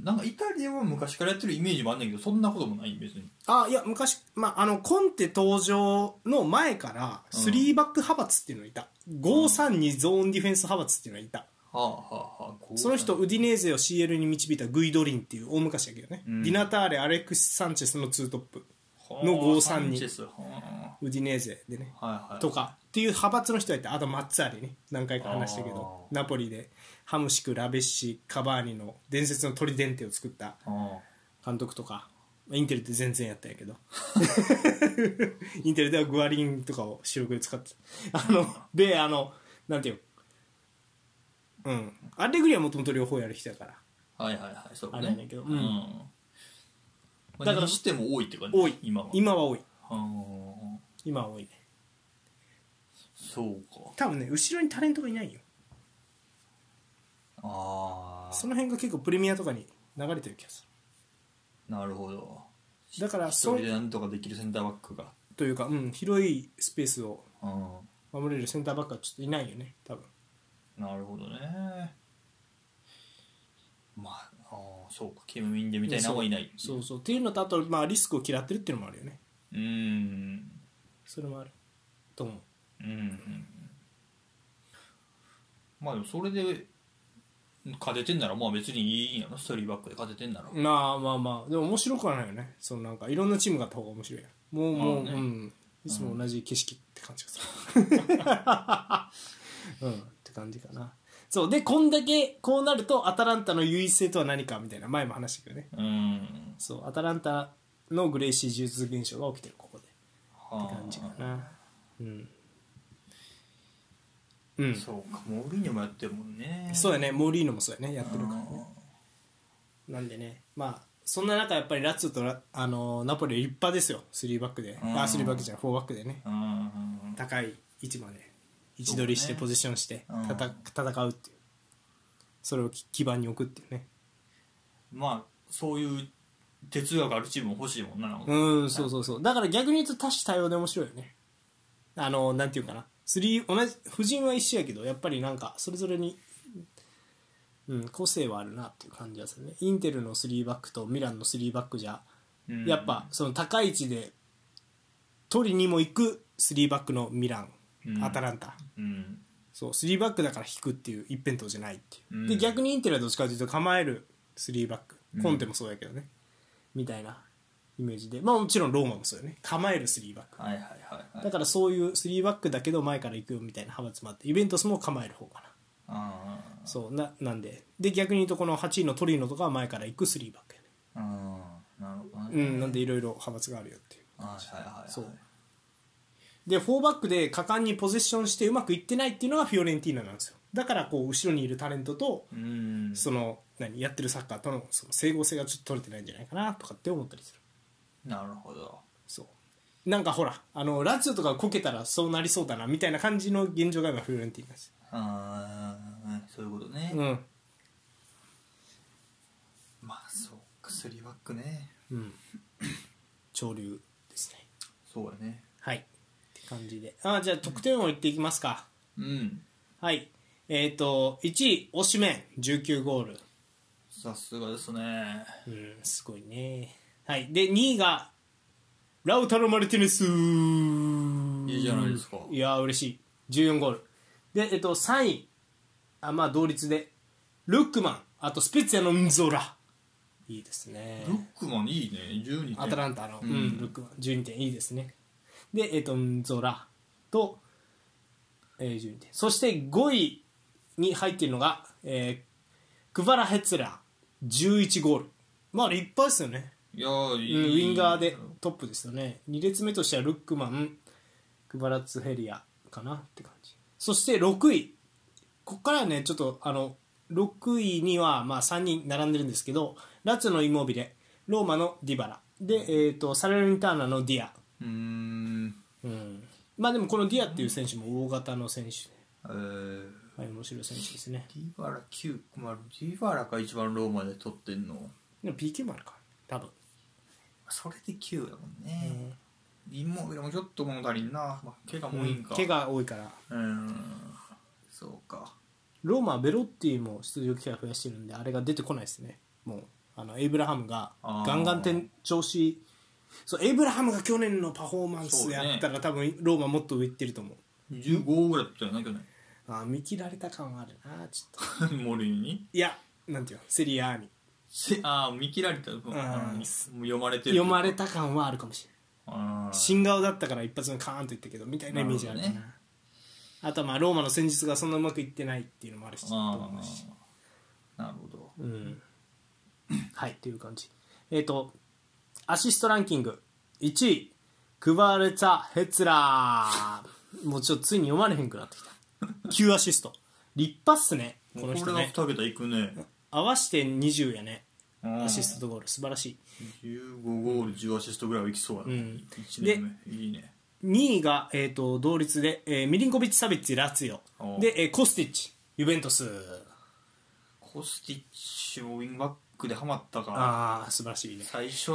Speaker 2: なんかイタリアは昔からやってるイメージもあんねんけどそんなこともない別に
Speaker 1: あいや昔、まあ、あのコンテ登場の前から
Speaker 2: うん
Speaker 1: 3バック派閥っていうのがいた、532ゾーンディフェンス派閥っていうのがいた、
Speaker 2: はあはあはあ
Speaker 1: その人ウディネーゼを CL に導いたグイドリンっていう大昔だけどね、
Speaker 2: うん
Speaker 1: ディナターレアレックス・サンチェスの2トップの
Speaker 2: 五
Speaker 1: 532
Speaker 2: 三には
Speaker 1: ウディネーゼでね
Speaker 2: あはいはい
Speaker 1: とかっていう派閥の人がいてあとマッツァーリね何回か話したけど
Speaker 2: あー
Speaker 1: ナポリでハムシクラベッシカバーニの伝説のトリデンテを作った
Speaker 2: あ
Speaker 1: 監督とかインテルって全然やったんやけど インテルではグアリンとかを主力で使ってたあのであのなんていうのうんアレグリはもともと両方やる人やから
Speaker 2: あはいはいはいそう
Speaker 1: あれやねんけどうんだ
Speaker 2: だ
Speaker 1: か
Speaker 2: か
Speaker 1: らら
Speaker 2: にしても多いって感じ
Speaker 1: 多い
Speaker 2: 今は
Speaker 1: 今は多い
Speaker 2: はあ
Speaker 1: 今は多いね
Speaker 2: そうか
Speaker 1: 多分ね後ろにタレントがいないよ
Speaker 2: あ
Speaker 1: その辺が結構プレミアとかに流れてる気がす
Speaker 2: あなるほど
Speaker 1: るだから
Speaker 2: そ
Speaker 1: そ
Speaker 2: れ
Speaker 1: う
Speaker 2: でなんとかできるセンターバックが
Speaker 1: というか、うん、広いスペースを
Speaker 2: うん
Speaker 1: 守れるセンターバックはちょっといないよね多分
Speaker 2: なるほどねまあああそうかケム・ミンデみたいなのはいない
Speaker 1: そうそうっていうのとあと、まあ、リスクを嫌ってるっていうのもあるよね
Speaker 2: ううん
Speaker 1: それもあると思う
Speaker 2: うんうんまあでもそれで勝ててんならまあ別にいいんやなストーリーバックで勝ててんなら
Speaker 1: まあまあまあでも面白くはないよねそのなんかいろんなチームがあった方が面白いやんもうもう、
Speaker 2: まあね
Speaker 1: うんいつも同じ景色って感じがす るうんって感じかなそうでこんだけこうなるとアタランタの優位性とは何かみたいな前も話したけどね
Speaker 2: うん
Speaker 1: そうアタランタのグレイシー呪術現象が起きてるここで
Speaker 2: は
Speaker 1: って感じかなうんうんそ
Speaker 2: そうかモーリーニョもやってるもんね
Speaker 1: うやねモーリーノもそうやねやっ
Speaker 2: や
Speaker 1: てるからねなんでね、まあ、そんな中、やっぱりラツィオとラあのナポリは立派ですよ、3バックで、
Speaker 2: うん
Speaker 1: あ3バックじゃない、4バックでね、
Speaker 2: うん
Speaker 1: 高い位置まで位置取りして、
Speaker 2: そうね
Speaker 1: ポジションして、
Speaker 2: うん
Speaker 1: たた戦うっていう、それをき基盤に置くっていうね、
Speaker 2: まあそういう哲学あるチームも欲しいもんななんか
Speaker 1: うん、そうそうそう、だから逆に言うと、多種多様で面白いよね、あのなんていうかな、3同じ、夫人は一緒やけど、やっぱりなんか、それぞれに、うん、個性はあるなっていう感じがするね、インテルの3バックとミランの3バックじゃ、
Speaker 2: うん
Speaker 1: やっぱその高い位置で取りにも行く3バックのミラン、
Speaker 2: うん
Speaker 1: アタランタ
Speaker 2: うん
Speaker 1: そう3バックだから引くっていう一辺倒じゃないっていう、
Speaker 2: うん
Speaker 1: で逆にインテルはどっちかというと構える3バック
Speaker 2: うん
Speaker 1: コンテもそうやけどね、みたいなイメージでまあもちろんローマもそうよね構える3バック
Speaker 2: はいはいはいはい
Speaker 1: だからそういう3バックだけど前から行くみたいな派閥もあってイベントスも構える方かな
Speaker 2: あ
Speaker 1: そうななんでで逆に言うとこの8位のトリノとかは前から行く3バックやね
Speaker 2: あなるほど
Speaker 1: う
Speaker 2: ね
Speaker 1: んなんでいろいろ派閥があるよっていう
Speaker 2: はいはいはいはい
Speaker 1: そうで4バックで果敢にポゼッションしてうまくいってないっていうのがフィオレンティーナなんですよだからこう後ろにいるタレントと
Speaker 2: うん
Speaker 1: その何やってるサッカーとのその整合性がちょっと取れてないんじゃないかなとかって思ったりする
Speaker 2: なるほど
Speaker 1: そうなんかほらあのラツィオとかこけたらそうなりそうだなみたいな感じの現状が今フィオレンティーナです
Speaker 2: ああそういうことね
Speaker 1: うん
Speaker 2: まあそうかスリーバックね
Speaker 1: うん潮流ですね
Speaker 2: そうやね
Speaker 1: はいって感じであじゃあ得点を言っていきますか、
Speaker 2: うん
Speaker 1: はいえっ、と1位オシメン19ゴール
Speaker 2: さすがですね
Speaker 1: うん、すごいね。はい。で、2位が、ラウタロ・マルティネス。い
Speaker 2: いいじゃないですか
Speaker 1: いやー、嬉しい。14ゴール。で、えっと、3位、あまあ、同率で、ルックマン、あと、スペッツィアのンゾラ。いいですね
Speaker 2: ル。ックマンいいね12点
Speaker 1: アタランタの、うん、
Speaker 2: うん
Speaker 1: ルックマン、12点、いいですね。で、えっと、ンゾラと、えー、12点。そして、5位に入っているのが、えークバラ・ヘッツェラー、11ゴール。まあ、立派ですよね。
Speaker 2: いやーい
Speaker 1: うんウ
Speaker 2: い
Speaker 1: ィンガーでトップですよね2列目としてはルックマンクバラツヘリアかなって感じそして6位ここからはねちょっとあの6位にはまあ3人並んでるんですけどラツィオのイモビレローマのディバラで、えー、とサレルニターナのディア、
Speaker 2: うーん
Speaker 1: うん、まあでもこのディアっていう選手も大型の選手で、
Speaker 2: えー、
Speaker 1: はい、面白い選手ですね
Speaker 2: ディバラ9まあディバラが一番ローマで取ってんの
Speaker 1: でも PK もあるか多分、
Speaker 2: それで9だもんね、インモビルもちょっと物足りんな、まあ、怪我
Speaker 1: う
Speaker 2: もいいん
Speaker 1: ん
Speaker 2: か、
Speaker 1: 怪我多いから
Speaker 2: うーんそうか
Speaker 1: ローマはベロッティも出場機会増やしてるんであれが出てこないですねもうあのエイブラハムが
Speaker 2: あー
Speaker 1: ガンガン点調子そうエイブラハムが去年のパフォーマン
Speaker 2: そ
Speaker 1: ス
Speaker 2: うね
Speaker 1: やったら、多分ローマもっと上行ってると思う
Speaker 2: 15ぐらいだったよな去
Speaker 1: あー見切られた感はあるなちょっと
Speaker 2: 年 モルイに
Speaker 1: いやなんていうのセリアーに
Speaker 2: せああ見切られた、うん、
Speaker 1: ん
Speaker 2: 読まれてる
Speaker 1: 読まれた感はあるかもしれない
Speaker 2: あー
Speaker 1: 新顔だったから一発目カーンと言ったけどみたいなイメージがあるかな
Speaker 2: なるほど
Speaker 1: あとはまあローマの戦術がそんなうまくいってないっていうのもあるしと
Speaker 2: あ
Speaker 1: 思うし
Speaker 2: ーなるほど
Speaker 1: うん、はいっていう感じえっ、とアシストランキング1位クバルツァ・ヘッツラーもうちょっとついに読まれへんくなってきた9アシスト立派っすねこ
Speaker 2: こ
Speaker 1: の
Speaker 2: れ
Speaker 1: 人
Speaker 2: は
Speaker 1: ね
Speaker 2: 2桁いくね
Speaker 1: 合わせて20やね
Speaker 2: ア
Speaker 1: アシストとゴール素晴らしい
Speaker 2: 15ゴール10アシストぐらいはいきそうやな、
Speaker 1: うん
Speaker 2: 1年目いいね
Speaker 1: 2位が、えー、と同率で、えーミリンコビッチ・サビッチ・ラツィ
Speaker 2: お
Speaker 1: オで、えーコスティッチユベントス
Speaker 2: コスティッチもウィングバックでハマったから
Speaker 1: ああ素晴らしいね
Speaker 2: 最初ウ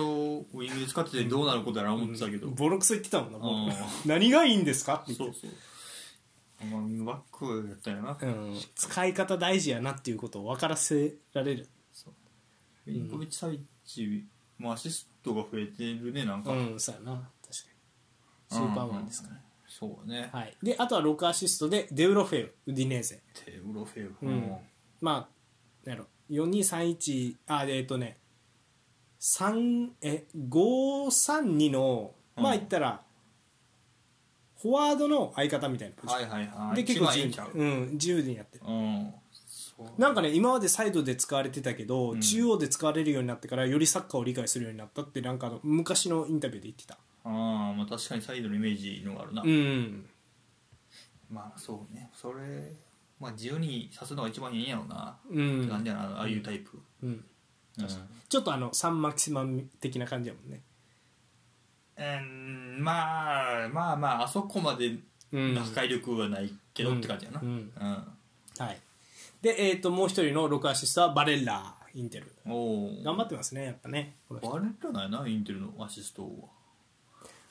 Speaker 2: ィングで使っててどうなることやら思ってたけど、
Speaker 1: ボロクソ言ってたもんなもう
Speaker 2: あ
Speaker 1: 何がいいんですかって言って
Speaker 2: そうそうまあウィングバックやったよな、
Speaker 1: うん、使い方大事やなっていうことを分からせられる、
Speaker 2: ウィンコビッチ・サビッチもアシストが増えてるねなんか、
Speaker 1: うん、そうやな確かにスーパーマンですから、
Speaker 2: ねそうね、
Speaker 1: はい、であとは6アシストでデウロフェウウディネーゼ
Speaker 2: テウロフェウ、
Speaker 1: うんまあなんやろ4231あでえっとね3え532の
Speaker 2: うん
Speaker 1: まあ言ったら、フォワードの相方みたいなポジシ
Speaker 2: はいはい
Speaker 1: ョ
Speaker 2: は
Speaker 1: ン
Speaker 2: い
Speaker 1: で結構
Speaker 2: 一
Speaker 1: 自
Speaker 2: 番いいん
Speaker 1: 由
Speaker 2: ちゃう
Speaker 1: にうん自由にやってる
Speaker 2: うんそう
Speaker 1: なんかね今までサイドで使われてたけど、
Speaker 2: うん
Speaker 1: 中央で使われるようになってからよりサッカーを理解するようになったってなんかあの昔のインタビューで言ってた
Speaker 2: ああまあ確かにサイドのイメージのがあるな、
Speaker 1: うん
Speaker 2: まあそうねそれまあ自由にさすのが一番いいんやろうな、
Speaker 1: う
Speaker 2: って感
Speaker 1: ん、
Speaker 2: じやなああいうタイプ、
Speaker 1: うん、
Speaker 2: うん
Speaker 1: ちょっとあのサンマキシマム的な感じやもんね
Speaker 2: うんまあまあまああそこまで
Speaker 1: うん
Speaker 2: 破壊力はないけどって感じやな
Speaker 1: う
Speaker 2: うんん、
Speaker 1: はいでえっ、ともう一人の6アシストはバレッラインテル
Speaker 2: おお
Speaker 1: 頑張ってますねやっぱねこの人
Speaker 2: バレたないなインテルのアシストは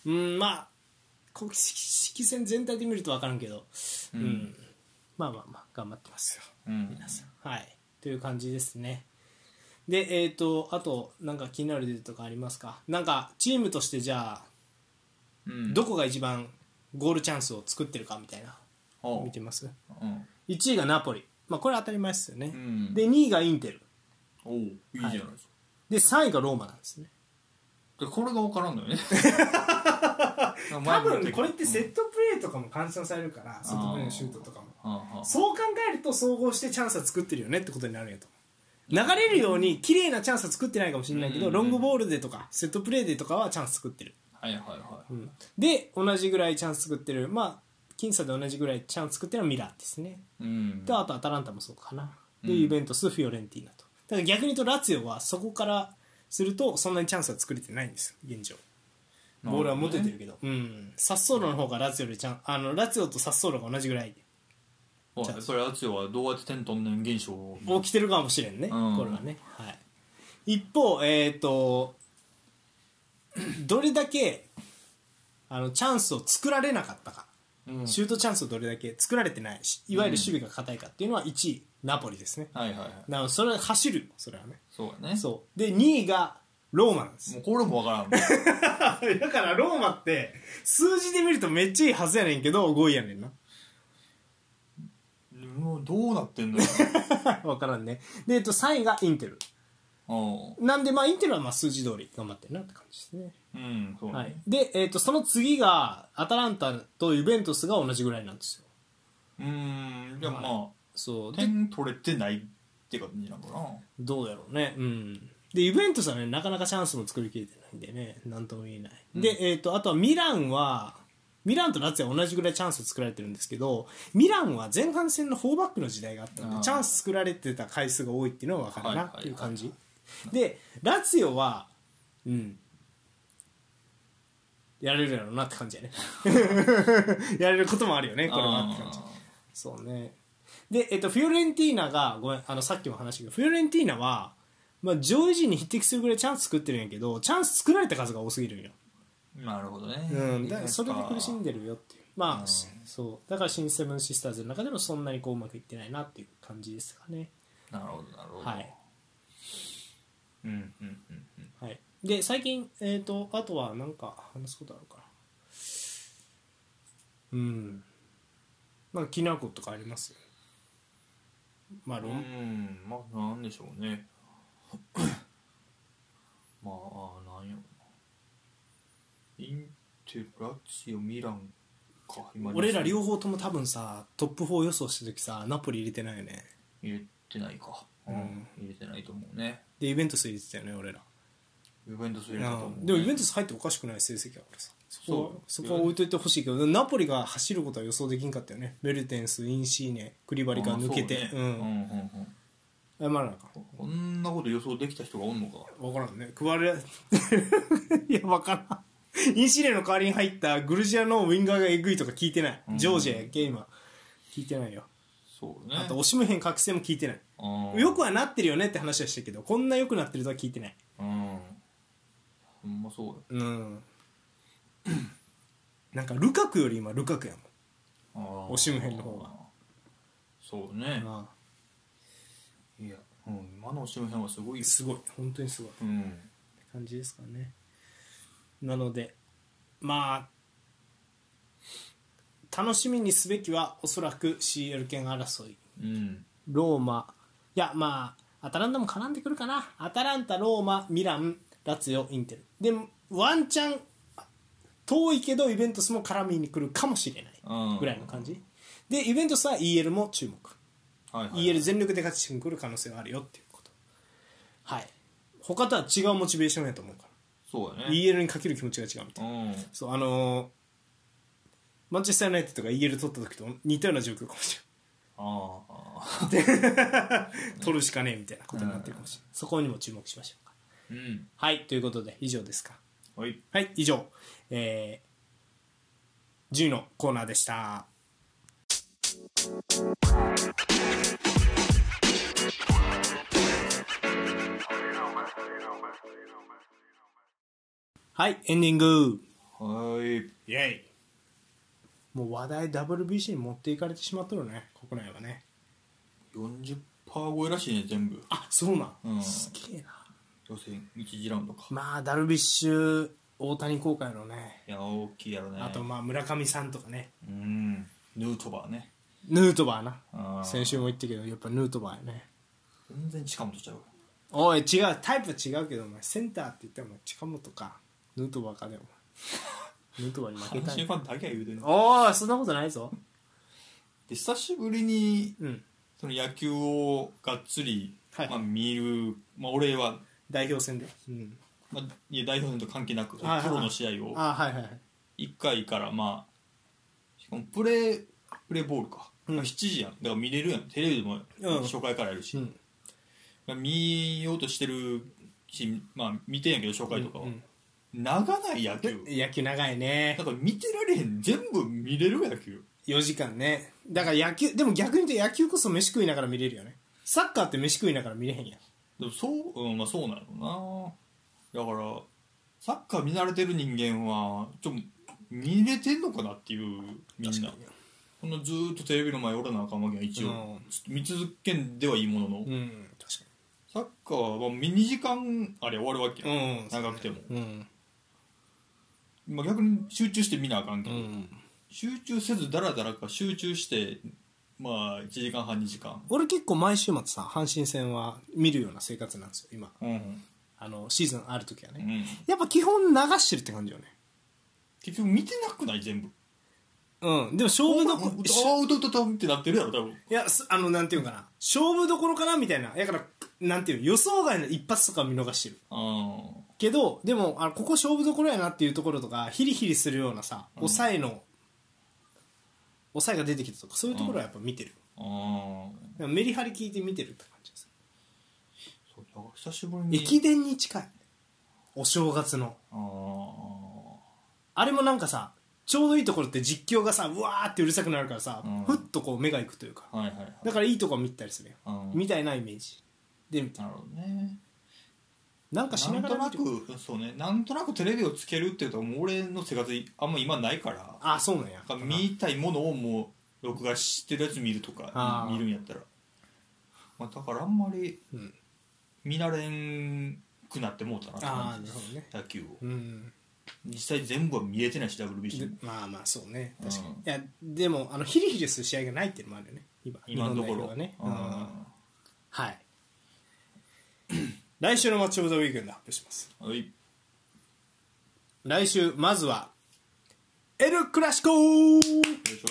Speaker 1: うんまあ公式戦全体で見ると分からんけどうん、
Speaker 2: うん
Speaker 1: まあまあまあ頑張ってますよ
Speaker 2: うん
Speaker 1: はいという感じですねでえっ、とあとなんか気になるデータとかありますかなんかチームとしてじゃあ
Speaker 2: うん
Speaker 1: どこが一番ゴールチャンスを作ってるかみたいな
Speaker 2: おう
Speaker 1: 見てます
Speaker 2: うん
Speaker 1: 1位がナポリ、まあ、これ当たり前ですよね、
Speaker 2: うん
Speaker 1: で2位がインテル
Speaker 2: おういいじゃないですか、
Speaker 1: で3位がローマなんですね
Speaker 2: でこれが分からんの よね
Speaker 1: 多
Speaker 2: 多
Speaker 1: 分これってセットプレーとかも換算されるからセットプレーのシュートとかもそう考えると総合してチャンスは作ってるよねってことになるんやと思う流れるように綺麗なチャンスは作ってないかもしれないけど、
Speaker 2: うん
Speaker 1: ロングボールでとかセットプレーでとかはチャンス作ってる
Speaker 2: はいはいはい、
Speaker 1: で同じぐらいチャンス作ってるまあ僅差で同じぐらいチャンス作ってるのはミラーですね
Speaker 2: うん
Speaker 1: であとアタランタもそうかなで
Speaker 2: うん
Speaker 1: ユベントスフィオレンティーナとだから逆に言うとラツィオはそこからするとそんなにチャンスは作れてないんですよ現状ボールは持ててるけど、うんサッソーロの方がラツィオよりチャンあのラツィオとサッソーロが同じぐらい
Speaker 2: おい
Speaker 1: じゃあ
Speaker 2: それアツヨはどうやって点取んねん現象を
Speaker 1: 起きてるかもしれんね、
Speaker 2: うん
Speaker 1: これはね、はい、一方えっ、と どれだけあのチャンスを作られなかったか、
Speaker 2: うん
Speaker 1: シュートチャンスをどれだけ作られてないしいわゆる守備が硬いかっていうのは1位ナポリですね
Speaker 2: はいはいはい
Speaker 1: なのでそれは走るよそれはね
Speaker 2: そうやね
Speaker 1: そうで2位がローマなんです
Speaker 2: もうこれも分からんもん
Speaker 1: だからローマって数字で見るとめっちゃいいはずやねんけど5位やねんな
Speaker 2: もうどうなって んのよ
Speaker 1: 分からんねで、えっと、3位がインテル
Speaker 2: おう
Speaker 1: なんでまあインテルはまあ数字通り頑張ってるなって感じですね
Speaker 2: うんそうね、
Speaker 1: はい、で、えー、とその次がアタランタとユベントスが同じぐらいなんですよ
Speaker 2: うーんじゃあまあ、
Speaker 1: そうで
Speaker 2: 点取れてないって感じなのかな
Speaker 1: どうやろうねうんでユベントスはねなかなかチャンスも作りきれてないんでねなんとも言えない、で、えー、とあとはミランはミランとラツィオは同じぐらいチャンスを作られてるんですけどミランは前半戦の4バックの時代があったの
Speaker 2: あー
Speaker 1: でチャンス作られてた回数が多いっていうのは分かるな
Speaker 2: はいはい
Speaker 1: っていう感じでラツィオはうんやれるやろうなって感じやね やれることもあるよねこれはって感じ
Speaker 2: あ
Speaker 1: そうねで、えっと、フィオレンティーナがごめんあのさっきも話したけどフィオレンティーナは、まあ、上位陣に匹敵するぐらいチャンス作ってるんやけどチャンス作られた数が多すぎるんよ、
Speaker 2: ーなるほどね、
Speaker 1: うん、だからそれで苦しん
Speaker 2: で
Speaker 1: でるよっていうま
Speaker 2: う
Speaker 1: あ
Speaker 2: ん
Speaker 1: そうだから新セブンシスターズの中でもそんなにこううまくいってないなっていう感じですかね
Speaker 2: なるほどなるほど
Speaker 1: はい、
Speaker 2: うんうんうんうん
Speaker 1: はい、で最近、えっとあとは何か話すことあるかなうんなんか気になることとかありますまあ
Speaker 2: う
Speaker 1: 論、
Speaker 2: んまあなんでしょうね まあなんやろなインテラチオミランか今
Speaker 1: 俺ら両方とも多分さトップ4予想した時さナポリ入れてないよね
Speaker 2: 入れてないか、うん入れてないと思うね
Speaker 1: でイベントス入れてたよね俺ら、
Speaker 2: ユベントス入れたと思うね、
Speaker 1: でもイベントス入っておかしくない成績だからさそこはそ
Speaker 2: そ
Speaker 1: うこは置いといてほしいけどナポリが走ることは予想できんかったよねベルテンスインシーネクリバリが抜けて
Speaker 2: あ
Speaker 1: う,、
Speaker 2: そうねうんうん
Speaker 1: ん謝らなあかん
Speaker 2: うんこんなこと予想できた人がおんのか
Speaker 1: 分からんね配れ いや分からんインシーネの代わりに入ったグルジアのウィンガーがエグいとか聞いてない、
Speaker 2: うん
Speaker 1: ジョージアやっけ今聞いてないよ
Speaker 2: そうね
Speaker 1: あとオシムヘン覚醒も聞いてないよくはなってるよねって話はしたけどこんな良くなってるとは聞いてない
Speaker 2: うんほんまそうよ
Speaker 1: うんなんかルカクより今ルカクやもん
Speaker 2: あー
Speaker 1: オシムヘンの方が
Speaker 2: そうね
Speaker 1: あ
Speaker 2: いや、うん、今のオシムヘンはすごい
Speaker 1: あすごい本当にすごい
Speaker 2: うん
Speaker 1: 感じですかねなのでまあ楽しみにすべきはおそらく CL 権争い
Speaker 2: うん
Speaker 1: ローマいやまあアタランタも絡んでくるかなアタランタローマミランラツィオインテルでワンチャン遠いけどイベントスも絡みに来るかもしれない
Speaker 2: うん
Speaker 1: ぐらいの感じでイベントスは EL も注目
Speaker 2: はい、はい、
Speaker 1: EL 全力で勝ちに来る可能性はあるよっていうことはい他とは違うモチベーションやと思うか
Speaker 2: そうだ
Speaker 1: ら
Speaker 2: ね
Speaker 1: EL にかける気持ちが違うみたいな
Speaker 2: うん
Speaker 1: そうあのーマンチェスター・ユナイテッドが EL 取った時と似たような状況かもしれない
Speaker 2: ああ
Speaker 1: 取るしかねえみたいなことになってるかもしれない、そこにも注目しましょうか
Speaker 2: うん
Speaker 1: はいということで以上ですか
Speaker 2: はい
Speaker 1: はい以上えー、10のコーナーでしたはいエンディング
Speaker 2: はい
Speaker 1: イエイもう話題 WBC に持っていかれてしまっとるね国内はね
Speaker 2: 40%超えらしいね全部
Speaker 1: あそうなん、
Speaker 2: うん
Speaker 1: すげえな
Speaker 2: 予選1次ラウンドか
Speaker 1: まあダルビッシュ大谷効果やろうね
Speaker 2: いや大きいやろね
Speaker 1: あとまあ村上さんとかね
Speaker 2: うんヌートバーね
Speaker 1: ヌートバーな
Speaker 2: あー
Speaker 1: 先週も言ったけどやっぱヌートバーやね
Speaker 2: 全然近本ちゃうわ
Speaker 1: おい違うタイプ違うけどお前センターって言ったらお前近本かヌートバーかね お前ヌートバーに負け
Speaker 2: 阪
Speaker 1: た
Speaker 2: 神
Speaker 1: い
Speaker 2: ファンだけは言うてんの
Speaker 1: おおそんなことない ぞ
Speaker 2: で久しぶりに
Speaker 1: うん
Speaker 2: その野球をがっつり、
Speaker 1: はい
Speaker 2: まあ、見る、まあ、俺は、
Speaker 1: 代表戦でうん
Speaker 2: まあ、いや代表戦と関係なくプ
Speaker 1: はいはい
Speaker 2: ロの試合を
Speaker 1: あーはいはいはい
Speaker 2: 1回からまあしかもプレープレーボールか、
Speaker 1: うん
Speaker 2: まあ7時やんだから見れるやんテレビでも
Speaker 1: うん
Speaker 2: 初回からやるし、
Speaker 1: うん
Speaker 2: まあ見ようとしてるし、まあ、見てんやけど初回とかは、
Speaker 1: うん
Speaker 2: 長ない野球
Speaker 1: 野球長いね
Speaker 2: だから見てられへん全部見れる野球
Speaker 1: 4時間ねだから野球でも逆に言うと野球こそ飯食いながら見れるよねサッカーって飯食いながら見れへんやん
Speaker 2: でもそう、うん、まあそうなのなだからサッカー見慣れてる人間はちょっと見れてんのかなっていうみんなこんなずーっとテレビの前おらなあかんわけや一応、
Speaker 1: うん
Speaker 2: ちょっと見続けんではいいものの、
Speaker 1: うん確か
Speaker 2: サッカーはまあ2時間あれ終わるわけや、
Speaker 1: にうん
Speaker 2: 長くても、
Speaker 1: うん
Speaker 2: まあ、逆に集中して見なあかんけ
Speaker 1: う
Speaker 2: ど、
Speaker 1: ん
Speaker 2: 集中せずダラダラか集中してまあ1時間半2時間
Speaker 1: 俺結構毎週末さ阪神戦は見るような生活なんですよ今
Speaker 2: うん、
Speaker 1: あのシーズンある時は
Speaker 2: う
Speaker 1: ね、
Speaker 2: ん、
Speaker 1: やっぱ基本流してるって感じよね
Speaker 2: 結局見てなくない全部
Speaker 1: うんでも勝負どころし
Speaker 2: ああうとうとうとうってなってるやろ多分
Speaker 1: いやすあのなんていうのかな勝負どころかなみたいなだからなんていうの予想外の一発とか見逃してる
Speaker 2: あ
Speaker 1: けどでもあここ勝負どころやなっていうところとかヒリヒリするようなさ抑えの抑えが出てきたとかそういうところはやっぱ見てる、
Speaker 2: ああ
Speaker 1: でもメリハリ聞いて見てるって感じです、
Speaker 2: そうだから久しぶりに
Speaker 1: 駅伝に近いお正月の
Speaker 2: ああ
Speaker 1: あれもなんかさちょうどいいところって実況がさうわーってうるさくなるからさ、
Speaker 2: うん
Speaker 1: ふっとこう目がいくというか
Speaker 2: はいはいはい
Speaker 1: だからいいとこ見たりするよ、
Speaker 2: うん
Speaker 1: みたいなイメージで見た
Speaker 2: なるほどね
Speaker 1: なんかし
Speaker 2: な
Speaker 1: なんが
Speaker 2: と
Speaker 1: ら
Speaker 2: な
Speaker 1: 見て
Speaker 2: くそうねなんとなくテレビをつけるっていうともう俺の生活あんま今ないから
Speaker 1: あそうなんや
Speaker 2: なんか見たいものをもう録画してるやつ見ると
Speaker 1: あ
Speaker 2: か
Speaker 1: ー
Speaker 2: 見るんやったら、まあ、だからあんまり
Speaker 1: うん
Speaker 2: 見慣れんくなってもうたなって
Speaker 1: ああ
Speaker 2: 感
Speaker 1: な
Speaker 2: じ
Speaker 1: るほどね
Speaker 2: 野球を
Speaker 1: うん
Speaker 2: 実際全部は見えてないし WBC
Speaker 1: で
Speaker 2: も
Speaker 1: まあまあそうね確かに、
Speaker 2: うん
Speaker 1: いやでもあのヒリヒリする試合がないっていうのもあるよね今
Speaker 2: 今のと
Speaker 1: 日
Speaker 2: ころ
Speaker 1: 本代表はね、
Speaker 2: うん
Speaker 1: はい来週のマッチオブザウィークエンド発表します
Speaker 2: はい
Speaker 1: 来週まずはエル・クラシコ
Speaker 2: よいし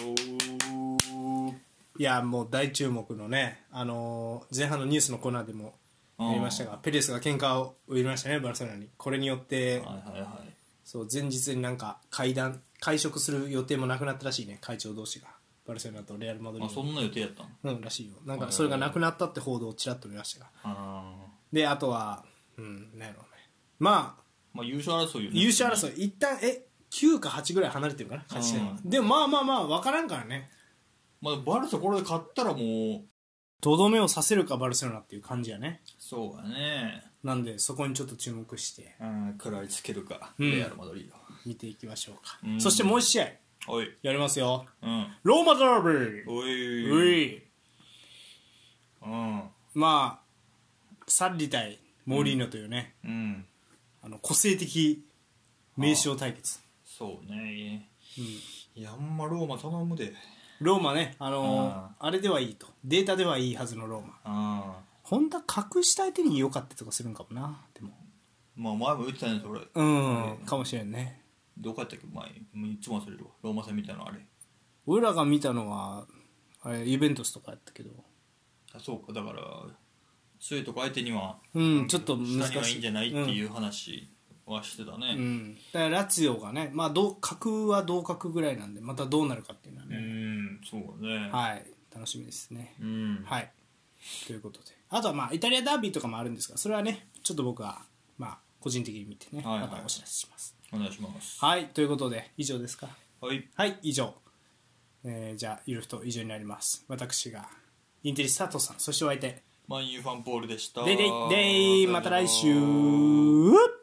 Speaker 2: ょ
Speaker 1: いやもう大注目のね、あのー前半のニュースのコーナーでもやりましたがペレスが喧嘩を売りましたねバルセロナにこれによって
Speaker 2: はいはいはい
Speaker 1: そう前日になんか会談会食する予定もなくなったらしいね会長同士がバルセロナとレアル・マドリ
Speaker 2: あ
Speaker 1: ード
Speaker 2: そんな予定やったの
Speaker 1: うんらしいよなんかそれがなくなったって報道をちらっと見ましたが
Speaker 2: あ
Speaker 1: であとはうんなんやろうねまあ
Speaker 2: ーまあ優勝争いよね
Speaker 1: 優勝争い一旦え9か8ぐらい離れてるかな勝ち点は、でもまあまあまあ分からんからね
Speaker 2: まあ、バルサこれで勝ったらもう
Speaker 1: とどめをさせるかバルセロナっていう感じやね
Speaker 2: そうだね
Speaker 1: なんでそこにちょっと注目して
Speaker 2: うん食らいつけるか、
Speaker 1: うん
Speaker 2: レアル・マドリー
Speaker 1: 見ていきましょうか、
Speaker 2: うん
Speaker 1: そしてもう1試合
Speaker 2: ドおい
Speaker 1: やりますよ
Speaker 2: うん
Speaker 1: ローマダービー
Speaker 2: おいう
Speaker 1: い
Speaker 2: うん
Speaker 1: まあサッリ対モーリーノというね、
Speaker 2: うん
Speaker 1: あの個性的名将対決
Speaker 2: そうね
Speaker 1: うん
Speaker 2: いやあんまローマ頼むで
Speaker 1: ローマね、あのー
Speaker 2: あ
Speaker 1: あれではいいとデータではいいはずのローマ
Speaker 2: あ
Speaker 1: 本当は隠した相手に良かったりとかするんかもなでも
Speaker 2: まあ前も言ってたねそれ
Speaker 1: うん、かもしれんね
Speaker 2: どこやったっけ前もういつも忘れるわローマ戦みたいなのあれ
Speaker 1: 俺らが見たのはあれイベントスとかやったけど
Speaker 2: あそうかだからそういうとこ相手には
Speaker 1: うんちょっと
Speaker 2: 下
Speaker 1: 難しい
Speaker 2: にはいいんじゃないっていう話はしてたね
Speaker 1: うん、うんだからラツィオがねまあどう格は同格ぐらいなんでまたどうなるかっていうのは
Speaker 2: う
Speaker 1: ね、
Speaker 2: んそうだね
Speaker 1: はい楽しみですね、
Speaker 2: うん
Speaker 1: はいということであとはまあイタリアダービーとかもあるんですがそれはねちょっと僕はまあ個人的に見てね、
Speaker 2: はいはい
Speaker 1: またお知らせします
Speaker 2: お願いします
Speaker 1: はいということで以上ですか
Speaker 2: はい
Speaker 1: はい以上、えーじゃあゆるふと以上になります私がインテリスタートさんそしてお相手
Speaker 2: マンユーファンポールでした
Speaker 1: デイデイデイまた来週
Speaker 2: さよなら